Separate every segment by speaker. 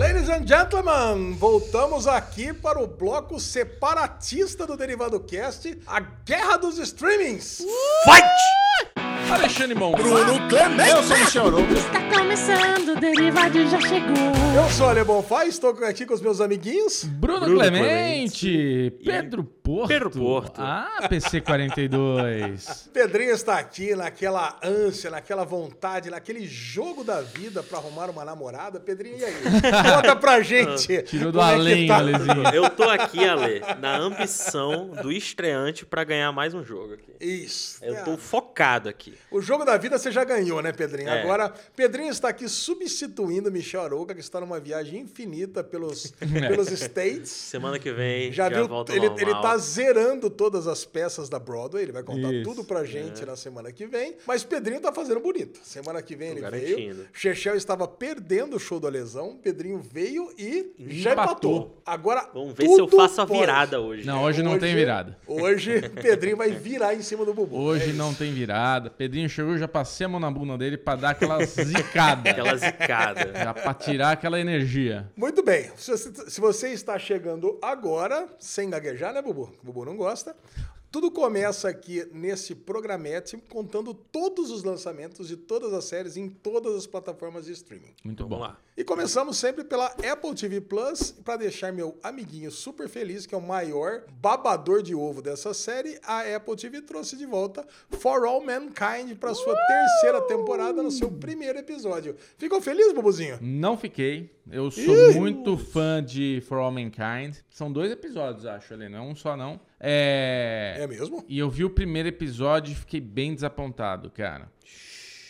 Speaker 1: and gentlemen, voltamos aqui para o bloco separatista do Derivado Cast, a guerra dos streamings.
Speaker 2: Fight!
Speaker 3: Alexandre Mon.
Speaker 2: Bruno Clemente! Eu sou Michel Arouca.
Speaker 4: Está começando, o Derivado já chegou.
Speaker 1: Eu sou o Ale Bonfá, estou aqui com os meus amiguinhos.
Speaker 3: Bruno,
Speaker 2: Bruno
Speaker 3: Clemente. Pedro Porto.
Speaker 2: Pedro Porto.
Speaker 3: Ah, PC42.
Speaker 1: Pedrinho está aqui naquela ânsia, naquela vontade, naquele jogo da vida para arrumar uma namorada. Pedrinho, e aí? Conta pra gente.
Speaker 3: Ah, Tirou do
Speaker 1: como é que
Speaker 3: além,
Speaker 1: tá.
Speaker 3: Alezinho.
Speaker 5: Eu tô aqui, Ale, na ambição do estreante pra ganhar mais um jogo aqui.
Speaker 1: Isso.
Speaker 5: Eu
Speaker 1: é.
Speaker 5: tô focado aqui.
Speaker 1: O jogo da vida você já ganhou, né, Pedrinho?
Speaker 5: É.
Speaker 1: Agora, Pedrinho está aqui substituindo Michel Arouca, que está numa viagem infinita pelos,
Speaker 3: É.
Speaker 1: pelos States.
Speaker 5: Semana que vem
Speaker 1: Já,
Speaker 5: já,
Speaker 1: viu?
Speaker 5: volta
Speaker 1: Ele,
Speaker 5: normal.
Speaker 1: ele tá zerando todas as peças da Broadway, ele vai contar
Speaker 3: Isso.
Speaker 1: tudo
Speaker 5: É.
Speaker 1: pra gente na semana que vem. Mas Pedrinho tá fazendo bonito. Semana que vem
Speaker 5: Tô
Speaker 1: ele veio.
Speaker 5: garantindo.
Speaker 1: Chechel estava perdendo o show da lesão, Pedrinho veio e já
Speaker 3: Empatou.
Speaker 1: empatou. Agora.
Speaker 5: Vamos ver se eu
Speaker 1: tudo
Speaker 5: faço a
Speaker 1: pode.
Speaker 5: virada hoje. né?
Speaker 3: Não, hoje não tem virada.
Speaker 1: Hoje, Pedrinho vai virar em cima do Bubu. É
Speaker 3: Hoje
Speaker 1: isso.
Speaker 3: não tem virada. Pedrinho chegou, já passei a mão na bunda dele pra dar aquela zicada.
Speaker 5: Aquela zicada.
Speaker 3: Já pra tirar aquela energia.
Speaker 1: Muito bem. Se você, tá, se você está chegando agora, sem gaguejar, né, Bubu? Bubu não gosta. Tudo começa aqui nesse programete contando todos os lançamentos de todas as séries em todas as plataformas de streaming.
Speaker 3: Muito
Speaker 5: Vamos
Speaker 3: bom.
Speaker 5: lá.
Speaker 1: E começamos sempre pela Apple TV Plus, para deixar meu amiguinho super feliz, que é o maior babador de ovo dessa série, a Apple TV trouxe de volta For All Mankind para sua terceira temporada no seu primeiro episódio. Ficou feliz, Bubuzinho?
Speaker 3: Não fiquei. Eu sou muito fã de For All Mankind. São dois episódios, acho, ali, não um só não. É.
Speaker 1: É mesmo?
Speaker 3: E eu vi o primeiro episódio e fiquei bem desapontado, cara.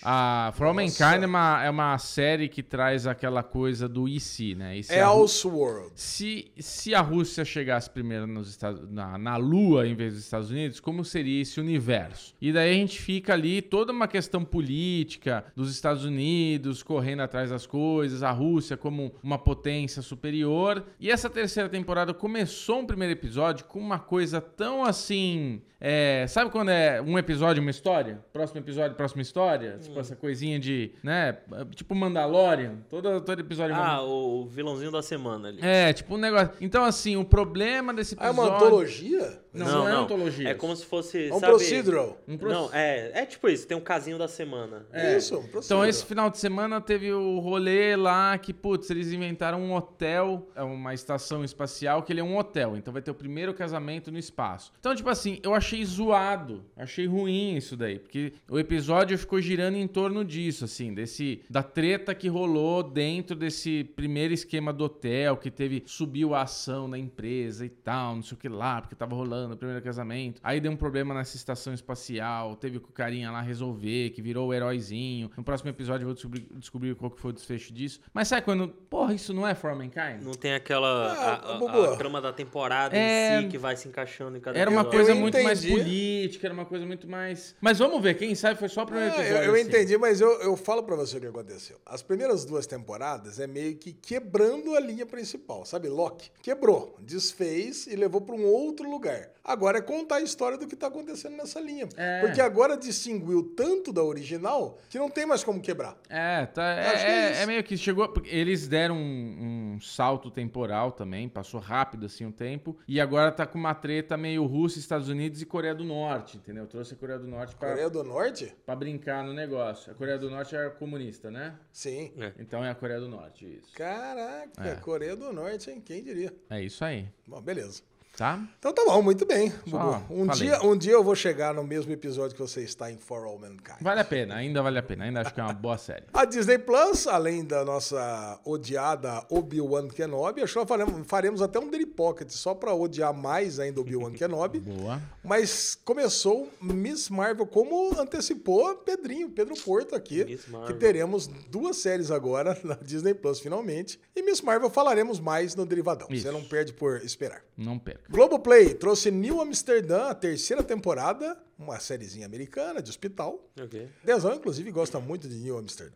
Speaker 3: A For All Mankind é uma, é uma série que traz aquela coisa do e se, né?
Speaker 1: É
Speaker 3: E se a Ru-
Speaker 1: Elseworld.
Speaker 3: se, se a Rússia chegasse primeiro nos Estados, na, na Lua em vez dos Estados Unidos, como seria esse universo? E daí a gente fica ali toda uma questão política dos Estados Unidos correndo atrás das coisas, a Rússia como uma potência superior. E essa terceira temporada começou um primeiro episódio com uma coisa tão assim. é, sabe quando é um episódio, uma história? Próximo episódio, próxima história? Tipo essa coisinha de. né? Tipo Mandalorian. Todo, todo episódio é uma
Speaker 5: Ah, o vilãozinho da semana ali.
Speaker 3: é, tipo um negócio. Então, assim, o problema desse
Speaker 1: Ah, é
Speaker 3: episódio.
Speaker 1: uma antologia?
Speaker 3: Não, não, é antologia.
Speaker 5: É como se fosse,
Speaker 1: É um
Speaker 5: sabe...
Speaker 1: procedural.
Speaker 3: Um pro-
Speaker 5: Não, é, é tipo isso, tem um casinho da semana.
Speaker 1: É. Isso, um procedural.
Speaker 3: Então, esse final de semana teve o rolê lá que, putz, eles inventaram um hotel, é uma estação espacial que ele é um hotel. Então, vai ter o primeiro casamento no espaço. Então, tipo assim, eu achei zoado, achei ruim isso daí, porque o episódio ficou girando em torno disso, assim, desse da treta que rolou dentro desse primeiro esquema do hotel, que teve subiu a ação da empresa e tal, não sei o que lá, porque tava rolando o primeiro casamento. Aí deu um problema nessa estação espacial, teve que o carinha lá resolver, que virou o heróizinho. No próximo episódio eu vou descobrir, descobrir qual que foi o desfecho disso. Mas sabe quando, porra, isso não é For All Mankind?
Speaker 5: Não tem aquela
Speaker 1: Ah,
Speaker 5: a- a-
Speaker 1: Bubu.
Speaker 5: a, trama da temporada
Speaker 3: É.
Speaker 5: em si que vai se encaixando em cada
Speaker 3: Era uma
Speaker 5: episódio.
Speaker 3: coisa
Speaker 1: Eu
Speaker 3: muito mais
Speaker 1: entendi.
Speaker 3: política, era uma coisa muito mais. Mas vamos ver, quem sabe foi só o primeiro
Speaker 1: Ah,
Speaker 3: episódio.
Speaker 1: eu, eu
Speaker 3: assim.
Speaker 1: entendi, mas eu, eu falo pra você o que aconteceu. As primeiras duas temporadas é meio que quebrando a linha principal, sabe? Loki quebrou, desfez e levou pra um outro lugar. Agora é contar a história do que tá acontecendo nessa linha.
Speaker 3: É.
Speaker 1: Porque agora distinguiu tanto da original que não tem mais como quebrar.
Speaker 3: É, tá,
Speaker 1: acho que é
Speaker 3: é, é,
Speaker 1: isso.
Speaker 3: é meio que chegou. porque Eles deram um, um salto temporal também, passou rápido assim o tempo. E agora tá com uma treta meio Rússia, Estados Unidos e Coreia do Norte, entendeu? Trouxe a Coreia do Norte pra,
Speaker 1: Coreia do Norte?
Speaker 3: pra brincar no negócio. A Coreia do Norte era comunista, né?
Speaker 1: Sim.
Speaker 3: Então é a Coreia do Norte, isso.
Speaker 1: Caraca,
Speaker 3: É.
Speaker 1: Coreia do Norte, hein? Quem diria?
Speaker 3: É isso aí,
Speaker 1: Bom, beleza.
Speaker 3: tá?
Speaker 1: Então tá bom, muito bem,
Speaker 3: Só
Speaker 1: Bubu. Um
Speaker 3: falei.
Speaker 1: dia, um dia eu vou chegar no mesmo episódio que você está em For All Mankind.
Speaker 3: Vale a pena, ainda vale a pena, ainda acho que é uma boa série.
Speaker 1: A Disney Plus, além da nossa odiada Obi-Wan Kenobi, achou que faremos, faremos até um Daily Pocket só pra odiar mais ainda Obi-Wan Kenobi.
Speaker 3: Boa.
Speaker 1: Mas começou Miss Marvel, como antecipou Pedrinho, Pedro Porto aqui.
Speaker 5: Miss
Speaker 1: Que
Speaker 5: Marvel.
Speaker 1: teremos duas séries agora na Disney Plus, finalmente. E Miss Marvel falaremos mais no Derivadão.
Speaker 3: Isso.
Speaker 1: Você não perde por esperar.
Speaker 3: Não perca.
Speaker 1: Globoplay trouxe New Amsterdã, a terceira temporada, uma sériezinha americana de hospital.
Speaker 5: Ok.
Speaker 1: Dezão, inclusive, gosta muito de New Amsterdam.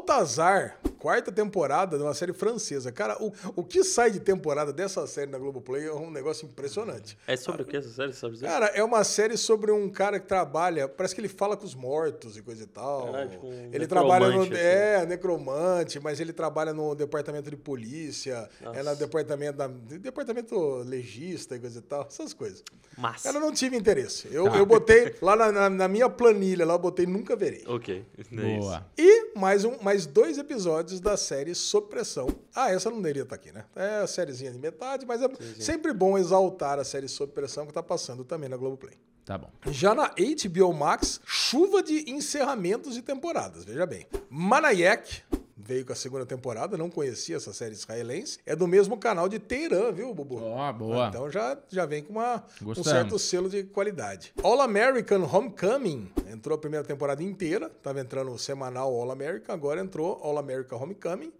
Speaker 1: Baltazar, quarta temporada de uma série francesa. Cara, o, o que sai de temporada dessa série na Globoplay é um negócio impressionante.
Speaker 5: É sobre o que essa série, sabe dizer?
Speaker 1: Cara, é uma série sobre um cara que trabalha. Parece que ele fala com os mortos e coisa e tal.
Speaker 5: Ah, tipo um
Speaker 1: ele trabalha no.
Speaker 5: necromante, assim.
Speaker 1: É, necromante, mas ele trabalha no departamento de polícia, é no departamento, da- departamento legista e coisa e tal, essas coisas.
Speaker 5: Massa.
Speaker 1: Cara, eu não tive interesse. Eu, eu botei lá na, na- na minha planilha, lá eu botei nunca verei.
Speaker 5: Ok. Não é isso.
Speaker 3: Boa.
Speaker 1: E mais, um, mais dois episódios da série Sob Pressão. Ah, essa não deveria estar aqui, né? É a sériezinha de metade, mas é sempre bom exaltar a série Sob Pressão que tá passando também na Globoplay.
Speaker 3: Tá bom.
Speaker 1: Já na HBO Max, chuva de encerramentos de temporadas, veja bem. Manayek veio com a segunda temporada, não conhecia essa série israelense. É do mesmo canal de Teherã, viu, Bubu?
Speaker 3: Ó, boa.
Speaker 1: Então já, já vem com uma, um
Speaker 3: Ah. Gostamos.
Speaker 1: certo selo de qualidade. All American Homecoming entrou a primeira temporada inteira. Tava entrando o semanal All American, agora entrou All American Homecoming.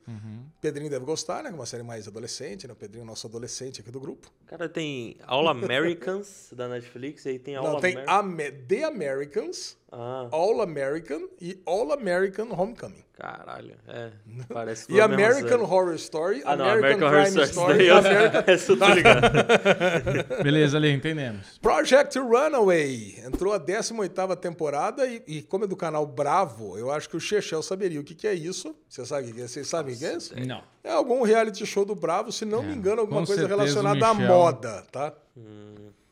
Speaker 1: Pedrinho deve gostar, né? que é Uma série mais adolescente, né? O Pedrinho é o nosso adolescente aqui do grupo.
Speaker 5: Cara, tem All Americans da Netflix, aí tem All
Speaker 1: não, tem
Speaker 5: Amer-
Speaker 1: Ame- The Americans.
Speaker 5: Ah,
Speaker 1: All American e All American Homecoming.
Speaker 5: caralho. É, parece que
Speaker 1: E
Speaker 5: foi a mesma
Speaker 1: American
Speaker 5: série.
Speaker 1: Horror Story,
Speaker 5: Ah, não,
Speaker 1: American,
Speaker 5: American Horror
Speaker 1: Crime
Speaker 5: Story.
Speaker 1: Story,
Speaker 5: daí eu-
Speaker 1: American-
Speaker 5: Essa eu tô ligado.
Speaker 3: Beleza, ali, entendemos.
Speaker 1: Project Runaway. Entrou a 18ª temporada e, e como é do canal Bravo, eu acho que o Chechel saberia o que, que é isso. Você sabe o que que é? Vocês sabem o que é isso?
Speaker 3: Não.
Speaker 1: É algum reality show do Bravo, se não me engano, alguma
Speaker 3: É, com
Speaker 1: coisa
Speaker 3: certeza o
Speaker 1: relacionada à
Speaker 3: Michel.
Speaker 1: moda, tá?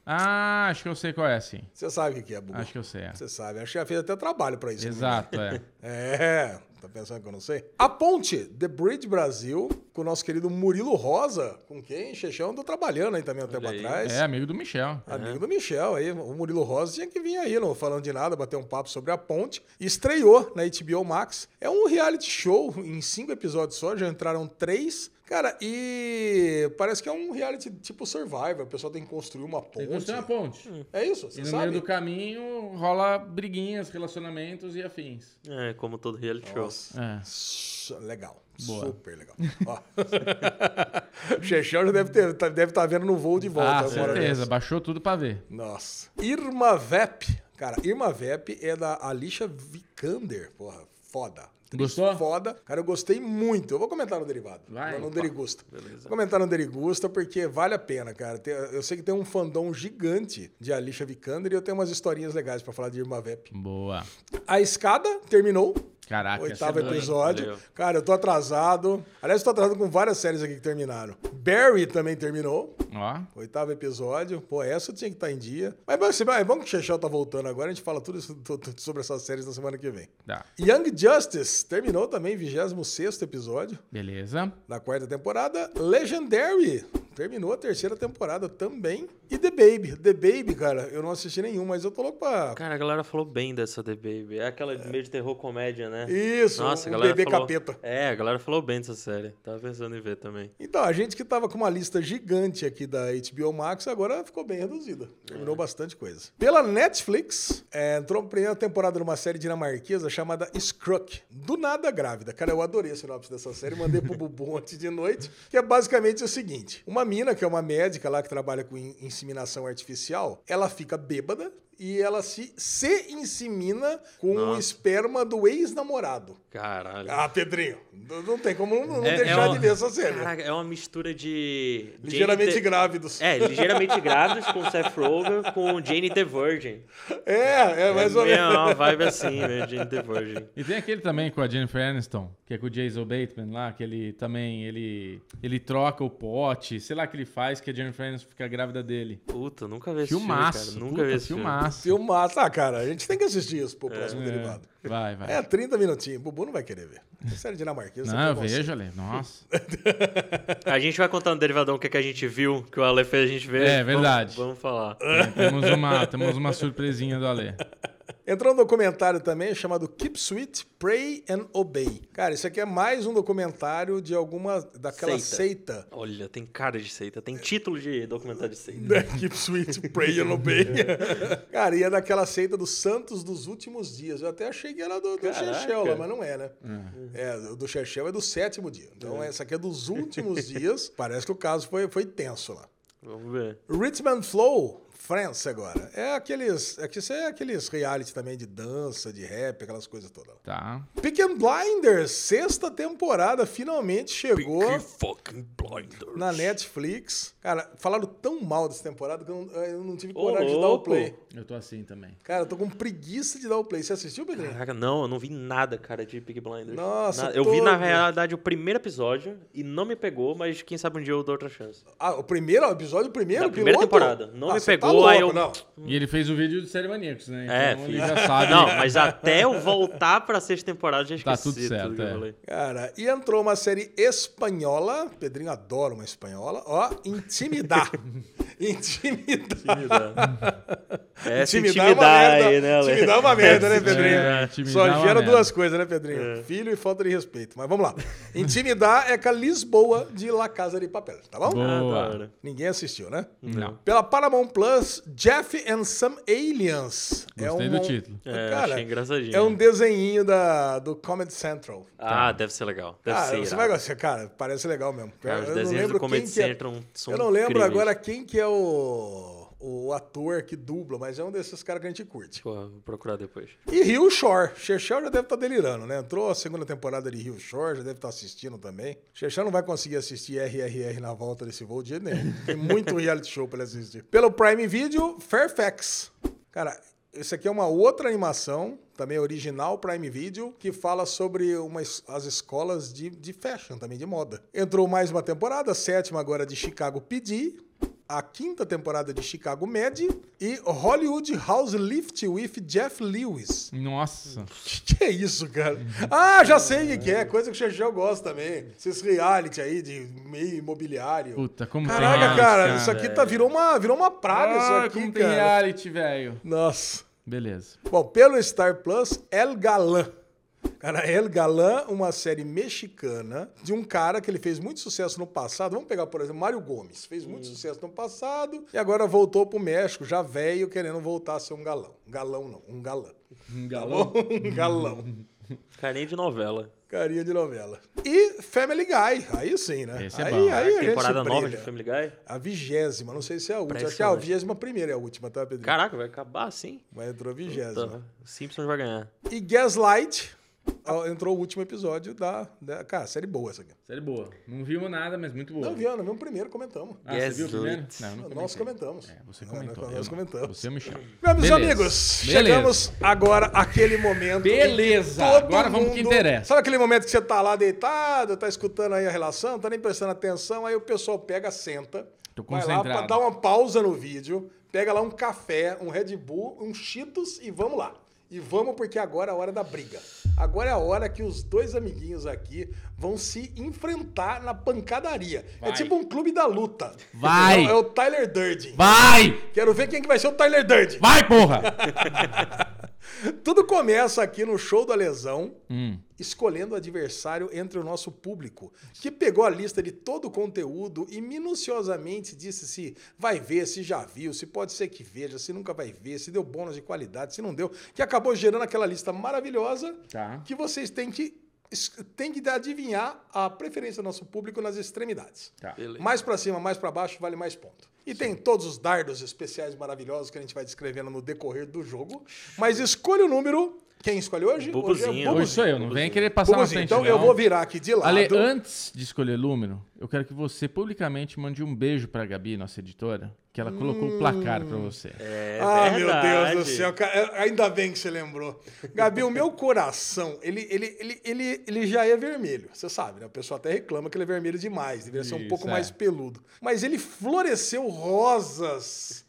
Speaker 3: Ah, acho que eu sei qual é, sim.
Speaker 1: Você sabe o que que é, Bubu?
Speaker 3: Acho que eu sei. É.
Speaker 1: Você sabe, acho que já fez até trabalho pra isso. né?
Speaker 3: Exato, é.
Speaker 1: É, tá pensando que eu não sei? A Ponte, The Bridge Brasil, com o nosso querido Murilo Rosa, com quem Chechão andou trabalhando aí também um tempo
Speaker 5: aí.
Speaker 1: atrás.
Speaker 3: É amigo do Michel.
Speaker 1: Amigo do Michel aí, o Murilo Rosa tinha que vir aí, não falando de nada, bater um papo sobre a ponte. Estreou na HBO Max. É um reality show em cinco episódios só, já entraram três. Cara, e parece que é um reality tipo Survivor. O pessoal tem que construir uma ponte.
Speaker 3: Tem que construir uma ponte.
Speaker 1: É isso,
Speaker 3: E
Speaker 1: você
Speaker 3: no
Speaker 1: sabe?
Speaker 3: meio do caminho rola briguinhas, relacionamentos e afins.
Speaker 5: É, como todo reality show.
Speaker 3: É.
Speaker 1: Su- Legal.
Speaker 3: Boa.
Speaker 1: Super legal. Ó. o Chechel já deve estar tá, deve tá vendo no voo de volta. né?
Speaker 3: ah,
Speaker 1: uma hora
Speaker 3: certeza.
Speaker 1: dessa.
Speaker 3: Baixou tudo pra ver.
Speaker 1: Nossa. Irma Vep. Cara, Irma Vep é da Alicia Vikander. Porra, foda.
Speaker 3: Gostou?
Speaker 1: Foda. Cara, eu gostei muito. Eu vou comentar no derivado.
Speaker 3: Vai.
Speaker 1: No Derigusta. Vou comentar no Derigusta porque vale a pena, cara. Tem- Eu sei que tem um fandom gigante de Alicia Vikander e eu tenho umas historinhas legais pra falar de Irma Vep.
Speaker 3: Boa.
Speaker 1: A Escada terminou.
Speaker 3: Caraca,
Speaker 1: Oitavo
Speaker 3: essa é boa, hein?
Speaker 1: episódio.
Speaker 5: Valeu.
Speaker 1: Cara, eu tô atrasado. Aliás, eu tô atrasado com várias séries aqui que terminaram. Barry também terminou.
Speaker 3: Ó.
Speaker 1: Oitavo episódio. Pô, essa eu tinha que estar em dia. Mas vamos- é bom que o Chechel tá voltando agora. A gente fala tudo isso- tu- tu- sobre essas séries na semana que vem.
Speaker 3: Tá.
Speaker 1: Young Justice terminou também, 26 episódio
Speaker 3: Beleza.
Speaker 1: da quarta temporada. Legendary terminou a terceira temporada também. E The Baby. The Baby, cara, eu não assisti nenhum, mas eu tô louco pra.
Speaker 5: Cara, a galera falou bem dessa The Baby. É aquela de meio de terror comédia, né?
Speaker 1: Isso,
Speaker 5: Nossa,
Speaker 1: o
Speaker 5: a galera
Speaker 1: bebê
Speaker 5: falou...
Speaker 1: capeta.
Speaker 5: É, a galera falou bem dessa série. Tava pensando em ver também.
Speaker 1: Então, a gente que tava com uma lista gigante aqui da HBO Max, agora ficou bem reduzida.
Speaker 5: É.
Speaker 1: Terminou bastante coisa. Pela Netflix, é, entrou a primeira temporada numa série dinamarquesa chamada Scruck. Do nada grávida. Cara, eu adorei a sinopse dessa série, mandei pro Bubu ontem de noite, que é basicamente o seguinte. Uma mina, que é uma médica lá que trabalha com in- inseminação artificial, ela fica bêbada e ela se, se insemina com o esperma do ex-namorado.
Speaker 5: Caralho.
Speaker 1: Ah, Pedrinho, não não tem como não, não
Speaker 5: É- é
Speaker 1: deixar
Speaker 5: uma-
Speaker 1: de ver essa série.
Speaker 5: Caraca, é uma mistura de... Jane
Speaker 1: Ligeiramente
Speaker 5: the-
Speaker 1: grávidos. É,
Speaker 5: É, ligeiramente grávidos com Seth Rogen, com Jane the Virgin.
Speaker 1: é, mais ou
Speaker 5: É meio
Speaker 1: menos.
Speaker 5: uma vibe assim, né? Jane the Virgin.
Speaker 3: E tem aquele também com a Jennifer Aniston, que é com o Jason Bateman lá, que ele também, ele, ele troca o pote, sei lá o que ele faz, que a Jennifer Aniston fica grávida dele.
Speaker 5: Puta, nunca vi esse
Speaker 3: Filmaço,
Speaker 5: filme, cara. Nunca
Speaker 3: puta,
Speaker 5: vi esse filme.
Speaker 3: filmaço. É.
Speaker 1: Filmaço. Ah, cara, a gente tem que assistir isso pro próximo derivado.
Speaker 3: Vai, vai.
Speaker 1: É, 30 minutinhos. Bubu não vai querer ver. Essa Série dinamarquesa.
Speaker 3: Não, eu
Speaker 1: tem conceito.
Speaker 3: vejo, Ale. Nossa.
Speaker 5: A gente vai contar no Derivadão o que, é que a gente viu, que o Ale fez a gente ver.
Speaker 3: É, verdade.
Speaker 5: Vamos, vamos falar.
Speaker 3: temos, uma, temos uma surpresinha do Ale.
Speaker 1: Entrou um documentário também chamado Keep Sweet, Pray and Obey. Cara, isso aqui é mais um documentário de alguma daquela seita.
Speaker 5: Olha, tem cara de seita. Tem título de documentário de seita.
Speaker 1: Né? Keep Sweet, Pray and Obey. Cara, e é daquela seita dos santos dos últimos dias. Eu até achei que era do, do
Speaker 5: Caraca.
Speaker 1: Chechel, lá, mas não é, né? É, o do Chechel é do sétimo dia. Então essa aqui é dos últimos dias. Parece que o caso foi, foi tenso lá.
Speaker 5: Vamos ver.
Speaker 1: Richmond Flow Friends agora. É aqueles. É que isso é aqueles reality também de dança, de rap, aquelas coisas todas.
Speaker 3: Tá.
Speaker 1: Peak and Blinders, sexta temporada, finalmente chegou
Speaker 5: fucking blinders.
Speaker 1: na Netflix. Cara, falaram tão mal dessa temporada que eu não, eu não tive
Speaker 5: Ô,
Speaker 1: coragem de dar o
Speaker 5: louco.
Speaker 1: play.
Speaker 3: Eu tô assim também.
Speaker 1: Cara, eu tô com preguiça de dar o play. Você assistiu, Pedrinho?
Speaker 5: Caraca, não, eu não vi nada, cara, de Big Blinders.
Speaker 1: Nossa,
Speaker 5: Na- eu vi, na
Speaker 1: todo.
Speaker 5: realidade, o primeiro episódio e não me pegou, mas quem sabe um dia eu dou outra chance.
Speaker 1: Ah, o primeiro episódio, o primeiro
Speaker 5: Da primeira
Speaker 1: piloto?
Speaker 5: temporada. Não me
Speaker 1: você tá
Speaker 5: pegou, aí
Speaker 1: louco,
Speaker 5: eu-
Speaker 1: Não.
Speaker 3: E ele fez o vídeo do Série Maníacos, né?
Speaker 5: É,
Speaker 3: Então ele
Speaker 5: fiz.
Speaker 3: já sabe.
Speaker 5: Não, mas até eu voltar pra sexta temporada, já esqueci
Speaker 3: Tá tudo certo,
Speaker 5: que eu
Speaker 3: é.
Speaker 5: falei.
Speaker 1: Cara, e entrou uma série espanhola. Pedrinho adora uma espanhola. Ó, Intimidar. Intimidar. Intimidar
Speaker 5: Essa
Speaker 1: é uma
Speaker 5: intimidar
Speaker 1: merda.
Speaker 5: aí, né, Ale?
Speaker 1: Intimidar é uma merda, né,
Speaker 5: Essa
Speaker 1: Pedrinho?
Speaker 3: intimidar- intimidar é
Speaker 1: Só
Speaker 3: uma
Speaker 1: gera
Speaker 3: merda. É.
Speaker 1: duas coisas, né, Pedrinho? Filho e falta de respeito. Mas vamos lá. Intimidar é com a Lisboa de La Casa de Papel, tá bom?
Speaker 3: Boa.
Speaker 5: Ah, Hum. da hora.
Speaker 1: Ninguém assistiu, né?
Speaker 3: Não.
Speaker 1: Pela Paramount Plus, Jeff and Some Aliens. um
Speaker 3: Gostei do título.
Speaker 5: É,
Speaker 1: Cara,
Speaker 5: achei engraçadinho.
Speaker 1: é um desenhinho da, do Comedy Central.
Speaker 5: Ah, deve ser legal. Deve
Speaker 1: Cara,
Speaker 5: ser
Speaker 1: você
Speaker 5: irado.
Speaker 1: vai gostar. Cara, parece legal mesmo.
Speaker 5: Cara,
Speaker 1: eu
Speaker 5: os
Speaker 1: não
Speaker 5: desenhos
Speaker 1: lembro
Speaker 5: do
Speaker 1: quem
Speaker 5: Comedy
Speaker 1: que é-
Speaker 5: Central são
Speaker 1: Eu não lembro
Speaker 5: incríveis.
Speaker 1: agora quem que é o, o ator que dubla, mas é um desses caras que a gente curte.
Speaker 5: Porra, vou procurar depois.
Speaker 1: E Rio Shore. Xerxel já deve estar delirando, né? Entrou a segunda temporada de Rio Shore, já deve estar assistindo também. Xerxel não vai conseguir assistir RRR na volta desse voo de jeito nenhum. Tem muito reality show pra ele assistir. Pelo Prime Video, Fairfax. Cara, isso aqui é uma outra animação, também original Prime Video, que fala sobre uma es- as escolas de, de fashion, também de moda. Entrou mais uma temporada, a sétima agora de Chicago PD a quinta temporada de Chicago Med e Hollywood House Lift with Jeff Lewis.
Speaker 3: Nossa.
Speaker 1: Que, que é isso, cara? Ah, já sei o que que é. Coisa que o Xexel gosta também. Esses reality aí de meio imobiliário.
Speaker 3: Puta, como tem
Speaker 1: Caraca,
Speaker 3: reality,
Speaker 1: cara, isso aqui tá, virou, uma, virou uma praga, isso
Speaker 3: Ah,
Speaker 1: aqui,
Speaker 3: como tem
Speaker 1: cara.
Speaker 3: reality, velho.
Speaker 1: Nossa.
Speaker 3: Beleza.
Speaker 1: Bom, pelo Star Plus, El Galã. Cara, El Galã, uma série mexicana de um cara que ele fez muito sucesso no passado. Vamos pegar, por exemplo, Mário Gomes. Fez
Speaker 5: Hum.
Speaker 1: muito sucesso no passado e agora voltou pro México, já veio querendo voltar a ser um galão. Galão não, um galã.
Speaker 3: Um galão.
Speaker 1: um
Speaker 5: Hum.
Speaker 1: galão.
Speaker 5: Cara, nem de novela.
Speaker 1: Carinha de novela. E Family Guy. Aí sim, né?
Speaker 3: Esse é
Speaker 1: aí,
Speaker 3: bom.
Speaker 1: aí a gente
Speaker 5: Temporada nova
Speaker 1: brilha.
Speaker 5: de Family Guy.
Speaker 1: A vigésima, não sei se é a última. Acho que é a
Speaker 5: Impressionante.
Speaker 1: vigésima primeira é a última, tá, Pedrinho?
Speaker 5: Caraca, vai acabar assim?
Speaker 1: Mas entrou a vigésima.
Speaker 5: Tá. Simpsons vai ganhar.
Speaker 1: E Gaslight ó, entrou o último episódio da, da- Cara, série boa essa aqui.
Speaker 3: Série boa. Não vimos nada, mas muito boa.
Speaker 1: Não, Viana, vimos primeiro, comentamos.
Speaker 3: Ah, você viu
Speaker 5: Gaslit.
Speaker 3: primeiro? Não, eu não
Speaker 1: Nós
Speaker 3: comentei.
Speaker 1: comentamos.
Speaker 3: É, você
Speaker 1: Ah,
Speaker 3: comentou.
Speaker 1: nós-
Speaker 3: eu
Speaker 1: nós
Speaker 3: não.
Speaker 1: comentamos.
Speaker 3: Você é um me chama.
Speaker 1: Meus
Speaker 3: Beleza.
Speaker 1: amigos,
Speaker 3: Beleza.
Speaker 1: chegamos agora àquele momento. em que
Speaker 3: Beleza,
Speaker 1: todo
Speaker 3: agora vamos pro que
Speaker 1: mundo-
Speaker 3: interessa.
Speaker 1: Sabe aquele momento que você tá lá deitado, tá escutando aí a relação, tá nem prestando atenção, aí o pessoal pega, senta,
Speaker 3: Tô
Speaker 1: vai lá pra
Speaker 3: concentrado.
Speaker 1: dar uma pausa no vídeo, pega lá um café, um Red Bull, um Cheetos e vamos lá. E vamos porque agora é a hora da briga. Agora é a hora que os dois amiguinhos aqui vão se enfrentar na pancadaria. É
Speaker 3: Vai.
Speaker 1: tipo um clube da luta.
Speaker 3: Vai.
Speaker 1: É, o- é o Tyler Durden.
Speaker 3: Vai!
Speaker 1: Quero ver quem que vai ser o Tyler Durden.
Speaker 3: Vai, porra!
Speaker 1: Tudo começa aqui no show da lesão,
Speaker 3: Hum.
Speaker 1: escolhendo o adversário entre o nosso público, que pegou a lista de todo o conteúdo e minuciosamente disse se vai ver, se já viu, se pode ser que veja, se nunca vai ver, se deu bônus de qualidade, se não deu, que acabou gerando aquela lista maravilhosa
Speaker 3: Tá.
Speaker 1: que vocês têm que têm que adivinhar a preferência do nosso público nas extremidades.
Speaker 3: Tá.
Speaker 5: Beleza.
Speaker 1: Mais pra cima, mais pra baixo, vale mais ponto. E tem todos os dardos especiais maravilhosos que a gente vai descrevendo no decorrer do jogo. Mas escolha o número. Quem escolhe hoje? Hoje é
Speaker 5: Bubuzinho.
Speaker 1: o
Speaker 3: Hoje sou eu, não
Speaker 5: Vamos
Speaker 3: venha
Speaker 5: ver.
Speaker 3: querer passar na
Speaker 1: Bubuzinho.
Speaker 3: frente,
Speaker 1: assim? Então
Speaker 3: não.
Speaker 1: eu vou virar aqui de lado.
Speaker 3: Ale, é antes de escolher Lúmino, eu quero que você publicamente mande um beijo pra Gabi, nossa editora, que ela colocou o placar pra você.
Speaker 5: É
Speaker 1: ah, meu
Speaker 5: verdade.
Speaker 1: Deus do céu, cara, ainda bem que você lembrou. Gabi, o meu coração, ele, ele, ele, ele, ele já é vermelho, você sabe, né? O pessoal até reclama que ele é vermelho demais, deveria ser um
Speaker 3: Isso,
Speaker 1: pouco
Speaker 3: é.
Speaker 1: mais peludo. Mas ele floresceu rosas,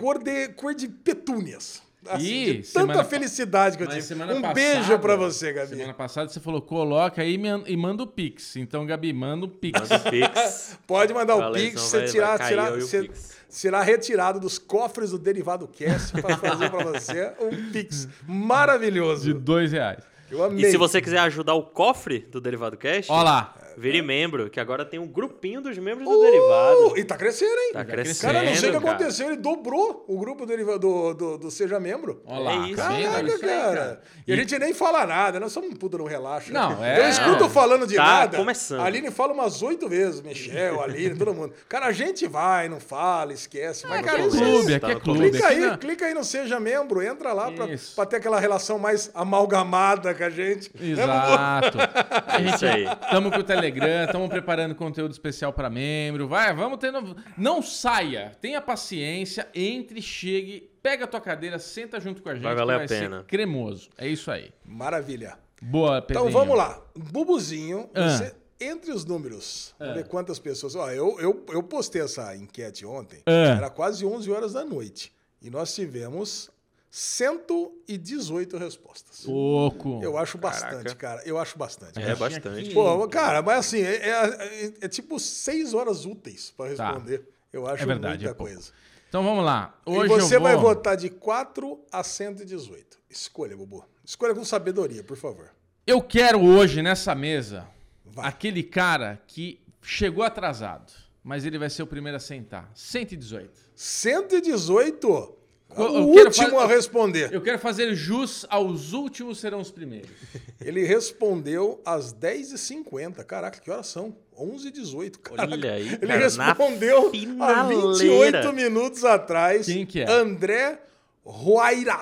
Speaker 1: cor de, cor de petúnias. Assim,
Speaker 3: Ih,
Speaker 1: de tanta
Speaker 3: semana pa-
Speaker 1: felicidade que eu tive. Um beijo pra você, Gabi.
Speaker 3: Semana passada você falou, coloca aí e me- e manda o Pix. Então, Gabi, manda o Pix.
Speaker 1: um
Speaker 5: Mas o Pix.
Speaker 1: Pode mandar o
Speaker 5: Valeu,
Speaker 1: Pix,
Speaker 5: então
Speaker 1: você
Speaker 5: vai-
Speaker 1: tirar,
Speaker 5: vai cair
Speaker 1: tirar,
Speaker 5: eu e o
Speaker 1: você
Speaker 5: Pix.
Speaker 1: será retirado dos cofres do Derivado Cast para fazer pra você um Pix maravilhoso.
Speaker 3: de dois reais.
Speaker 1: Eu amei.
Speaker 5: E se você quiser ajudar o cofre do Derivado Cast,
Speaker 3: Ó lá,
Speaker 5: Vire membro, que agora tem um grupinho dos membros
Speaker 1: Uh!
Speaker 5: do Derivado.
Speaker 1: E tá crescendo, hein?
Speaker 5: Tá
Speaker 1: Cara, não sei o
Speaker 5: crescendo,
Speaker 1: que
Speaker 5: cara.
Speaker 1: aconteceu. Ele dobrou o grupo do, do, do, do Seja Membro.
Speaker 3: Olha lá,
Speaker 5: É isso.
Speaker 3: tá vendo?
Speaker 1: Caraca,
Speaker 3: Isso aí,
Speaker 1: cara. E a
Speaker 3: E-
Speaker 1: gente nem fala nada, nós somos um puta no relaxa.
Speaker 3: Não, é-
Speaker 1: Eu escuto falando de
Speaker 5: Tá
Speaker 1: nada.
Speaker 5: começando.
Speaker 1: A Aline fala umas oito vezes, Michel, Aline, todo mundo. Cara, a gente vai, não fala, esquece. Mas,
Speaker 3: Aqui
Speaker 1: cara,
Speaker 3: é
Speaker 1: isso-
Speaker 3: clube, aqui
Speaker 5: Tá
Speaker 3: é
Speaker 5: no
Speaker 3: clube.
Speaker 1: Clica
Speaker 3: aqui
Speaker 1: aí,
Speaker 3: não-
Speaker 1: clica aí no Seja Membro, entra lá pra,
Speaker 3: Isso.
Speaker 1: pra ter aquela relação mais amalgamada com a gente.
Speaker 3: Exato. A
Speaker 5: É
Speaker 3: gente
Speaker 5: isso aí.
Speaker 3: Tamo com o Telegram, tamo preparando conteúdo especial pra membro. Vai, vamos ter. novo- Não saia, tenha paciência, entre, chegue, pega a tua cadeira, senta junto com a gente.
Speaker 5: Vai
Speaker 3: que
Speaker 5: valer a
Speaker 3: ser
Speaker 5: pena.
Speaker 3: cremoso. É isso aí.
Speaker 1: Maravilha.
Speaker 3: Boa, Pedrinho.
Speaker 1: Então vamos lá. Bubuzinho,
Speaker 3: Ah.
Speaker 1: você- entre os números, vamos ver quantas pessoas. Ó, eu, eu, eu postei essa enquete ontem,
Speaker 3: Ah.
Speaker 1: era quase 11 horas da noite. E nós tivemos 118 respostas.
Speaker 3: Pouco.
Speaker 1: eu acho
Speaker 5: Caraca.
Speaker 1: bastante, cara. Eu acho bastante.
Speaker 5: É
Speaker 3: Tinha
Speaker 5: bastante.
Speaker 3: que-
Speaker 1: Pô, cara, mas assim, é, é- é- é tipo seis horas úteis para
Speaker 3: Tá.
Speaker 1: responder. Eu acho
Speaker 3: É verdade,
Speaker 1: muita
Speaker 3: é pouco.
Speaker 1: coisa.
Speaker 3: Então vamos lá. Hoje
Speaker 1: e você
Speaker 3: eu vou...
Speaker 1: vai votar de 4 a 118. Escolha, Bubu. Escolha com sabedoria, por favor.
Speaker 3: Eu quero hoje nessa mesa
Speaker 1: Vai.
Speaker 3: aquele cara que chegou atrasado, mas ele vai ser o primeiro a sentar. 118.
Speaker 1: 118?
Speaker 3: Eu-
Speaker 1: o
Speaker 3: eu quero
Speaker 1: último
Speaker 3: fa-
Speaker 1: a responder.
Speaker 3: Eu quero fazer jus aos últimos serão os primeiros.
Speaker 1: Ele respondeu às 10h50. Caraca, que horas são? 11h18. Caraca.
Speaker 5: Olha aí,
Speaker 1: Ele
Speaker 5: cara, na
Speaker 1: respondeu há
Speaker 5: finaleira.
Speaker 1: 28 minutos atrás.
Speaker 3: Quem que é?
Speaker 1: André Ruaira.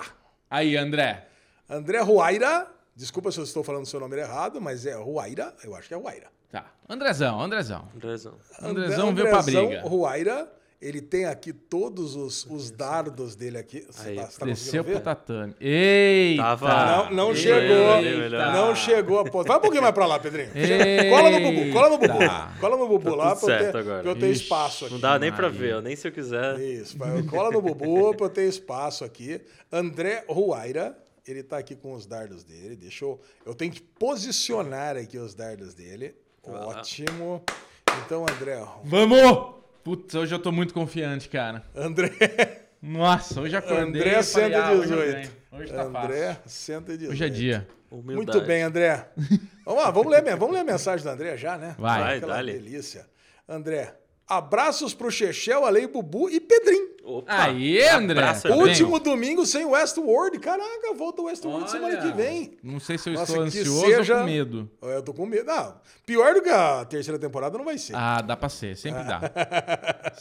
Speaker 3: Aí, André.
Speaker 1: André Ruaira. Desculpa se eu estou falando o seu nome errado, mas é Ruaira. Eu acho que é Ruaira.
Speaker 3: Tá. Andrezão, Andrezão.
Speaker 5: Razão.
Speaker 3: Andrezão
Speaker 1: André-
Speaker 3: veio pra
Speaker 1: Andrezão
Speaker 3: briga.
Speaker 1: Ruaira. Ele tem aqui todos os, os dardos dele aqui. Você
Speaker 5: Aí,
Speaker 1: tá- você tá
Speaker 3: Desceu
Speaker 1: conseguindo ver?
Speaker 3: pro tatame. Eita!
Speaker 5: Tava-
Speaker 1: Não, não
Speaker 5: Eita. é
Speaker 1: chegou.
Speaker 5: Eita.
Speaker 1: Não chegou a ponta. Vai um pouquinho mais pra lá, Pedrinho.
Speaker 3: Eita.
Speaker 1: Cola no bubu, cola no bubu. Cola no bubu
Speaker 5: Tá
Speaker 1: lá
Speaker 5: tudo
Speaker 1: pra eu, ter,
Speaker 5: certo agora.
Speaker 1: pra eu ter
Speaker 3: Ixi.
Speaker 1: espaço aqui.
Speaker 5: Não dá nem pra
Speaker 3: Maria.
Speaker 5: ver, ó, nem se eu quiser.
Speaker 1: Isso, vai, cola no bubu pra eu ter espaço aqui. André Ruaira, ele tá aqui com os dardos dele. Deixa eu. Eu tenho que posicionar aqui os dardos dele. Ótimo. Então, André.
Speaker 3: Vamos! Putz, hoje eu tô muito confiante, cara.
Speaker 1: André.
Speaker 3: Nossa, hoje acordei.
Speaker 1: André
Speaker 3: eu falei, ah, hoje eu
Speaker 1: 118.
Speaker 3: ganho. Hoje tá
Speaker 1: André
Speaker 3: fácil.
Speaker 1: 118.
Speaker 3: Hoje é dia.
Speaker 5: Humildade.
Speaker 1: Muito bem, André. Vamos lá, vamos ler, men- vamos ler a mensagem do André já, né?
Speaker 3: Vai. Vai,
Speaker 1: Aquela
Speaker 5: dale.
Speaker 1: delícia. André, abraços pro Chechel, Alei Bubu e Pedrinho.
Speaker 5: Opa,
Speaker 3: Aí, André.
Speaker 5: abraço,
Speaker 3: Tá
Speaker 5: Pedrinho.
Speaker 1: Último domingo sem Westworld. Caraca, volta o Westworld semana que vem.
Speaker 3: Não sei se eu
Speaker 1: Nossa,
Speaker 3: estou
Speaker 1: que
Speaker 3: ansioso
Speaker 1: seja-
Speaker 3: ou com medo.
Speaker 1: Eu tô com medo. Não, pior do que a terceira temporada não vai ser.
Speaker 3: Ah, dá pra ser. Sempre dá.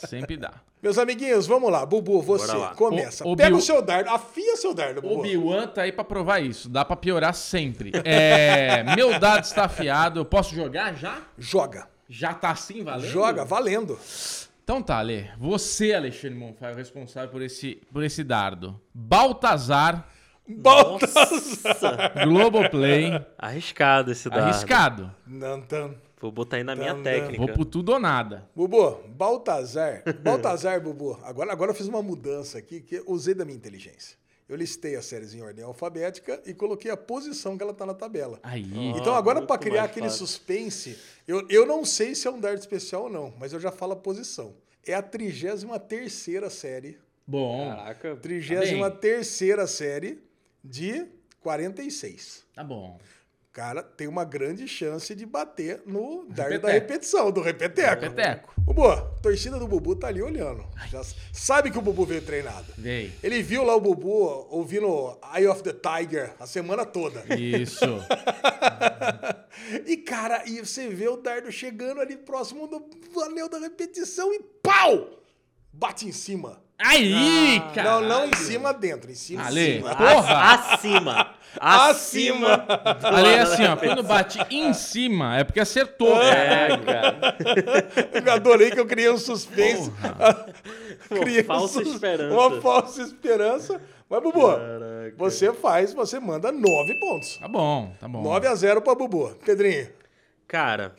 Speaker 3: Sempre dá.
Speaker 1: Meus amiguinhos, vamos lá. Bubu, você,
Speaker 5: Bora lá.
Speaker 1: começa.
Speaker 3: O- o
Speaker 1: Pega
Speaker 3: Biu-
Speaker 1: o seu dardo, afia seu dardo,
Speaker 3: O
Speaker 1: Bubu.
Speaker 3: Obi-Wan tá aí pra provar isso. Dá pra piorar sempre. É, meu dado está afiado. Eu posso jogar já?
Speaker 1: Joga.
Speaker 3: Já tá assim valendo?
Speaker 1: Joga, valendo.
Speaker 3: Então tá, Ale. Você, Alexandre Monfai, é o responsável por esse, por esse dardo. Baltazar,
Speaker 1: Bota.
Speaker 5: Nossa.
Speaker 3: Globoplay,
Speaker 5: Arriscado esse dado.
Speaker 3: arriscado.
Speaker 1: Nantan.
Speaker 5: Vou botar aí na minha
Speaker 1: Tandam.
Speaker 5: técnica.
Speaker 3: Vou pro tudo ou nada.
Speaker 1: Bubu, Baltazar. Baltazar, Bubu. Agora, agora eu fiz uma mudança aqui que eu usei da minha inteligência. Eu listei as séries em ordem alfabética e coloquei a posição que ela tá na tabela.
Speaker 3: Aí.
Speaker 1: Então
Speaker 5: Ah,
Speaker 1: agora
Speaker 5: muito
Speaker 1: pra criar
Speaker 5: mais
Speaker 1: aquele
Speaker 5: fácil.
Speaker 1: suspense, eu, eu não sei se é um dart especial ou não, mas eu já falo a posição. É a 33ª série,
Speaker 3: Bom.
Speaker 5: Caraca.
Speaker 1: 33ª série de 46.
Speaker 3: Tá bom.
Speaker 1: Cara, tem uma grande chance de bater no dart da
Speaker 3: Repeteco.
Speaker 1: repetição, do repeteco.
Speaker 3: Peteco.
Speaker 1: Bubu, a torcida do Bubu tá ali olhando. Já sabe que o Bubu veio treinado.
Speaker 3: Vem.
Speaker 1: Ele viu lá o Bubu ouvindo Eye of the Tiger a semana toda.
Speaker 3: Isso.
Speaker 1: e, cara, e você vê o dardo chegando ali próximo do do anel da repetição e pau! Bate em cima.
Speaker 3: Aí,
Speaker 5: Ah.
Speaker 3: cara.
Speaker 1: Não, não em cima, dentro. Em cima, em
Speaker 3: Ale,
Speaker 1: cima.
Speaker 3: porra!
Speaker 5: Acima.
Speaker 1: Acima.
Speaker 5: Acima.
Speaker 3: Ale é assim, ó. Quando bate em cima, é porque acertou. Tá cara.
Speaker 5: É, cara.
Speaker 1: Eu adorei que eu criei um suspense. um
Speaker 5: Uma falsa
Speaker 1: sus-
Speaker 5: esperança.
Speaker 1: Uma falsa esperança. Mas, Bubu,
Speaker 5: Caraca.
Speaker 1: você faz, você manda nove pontos.
Speaker 3: Tá bom, tá bom.
Speaker 1: 9 a 0 pra Bubu. Pedrinho,
Speaker 5: Cara,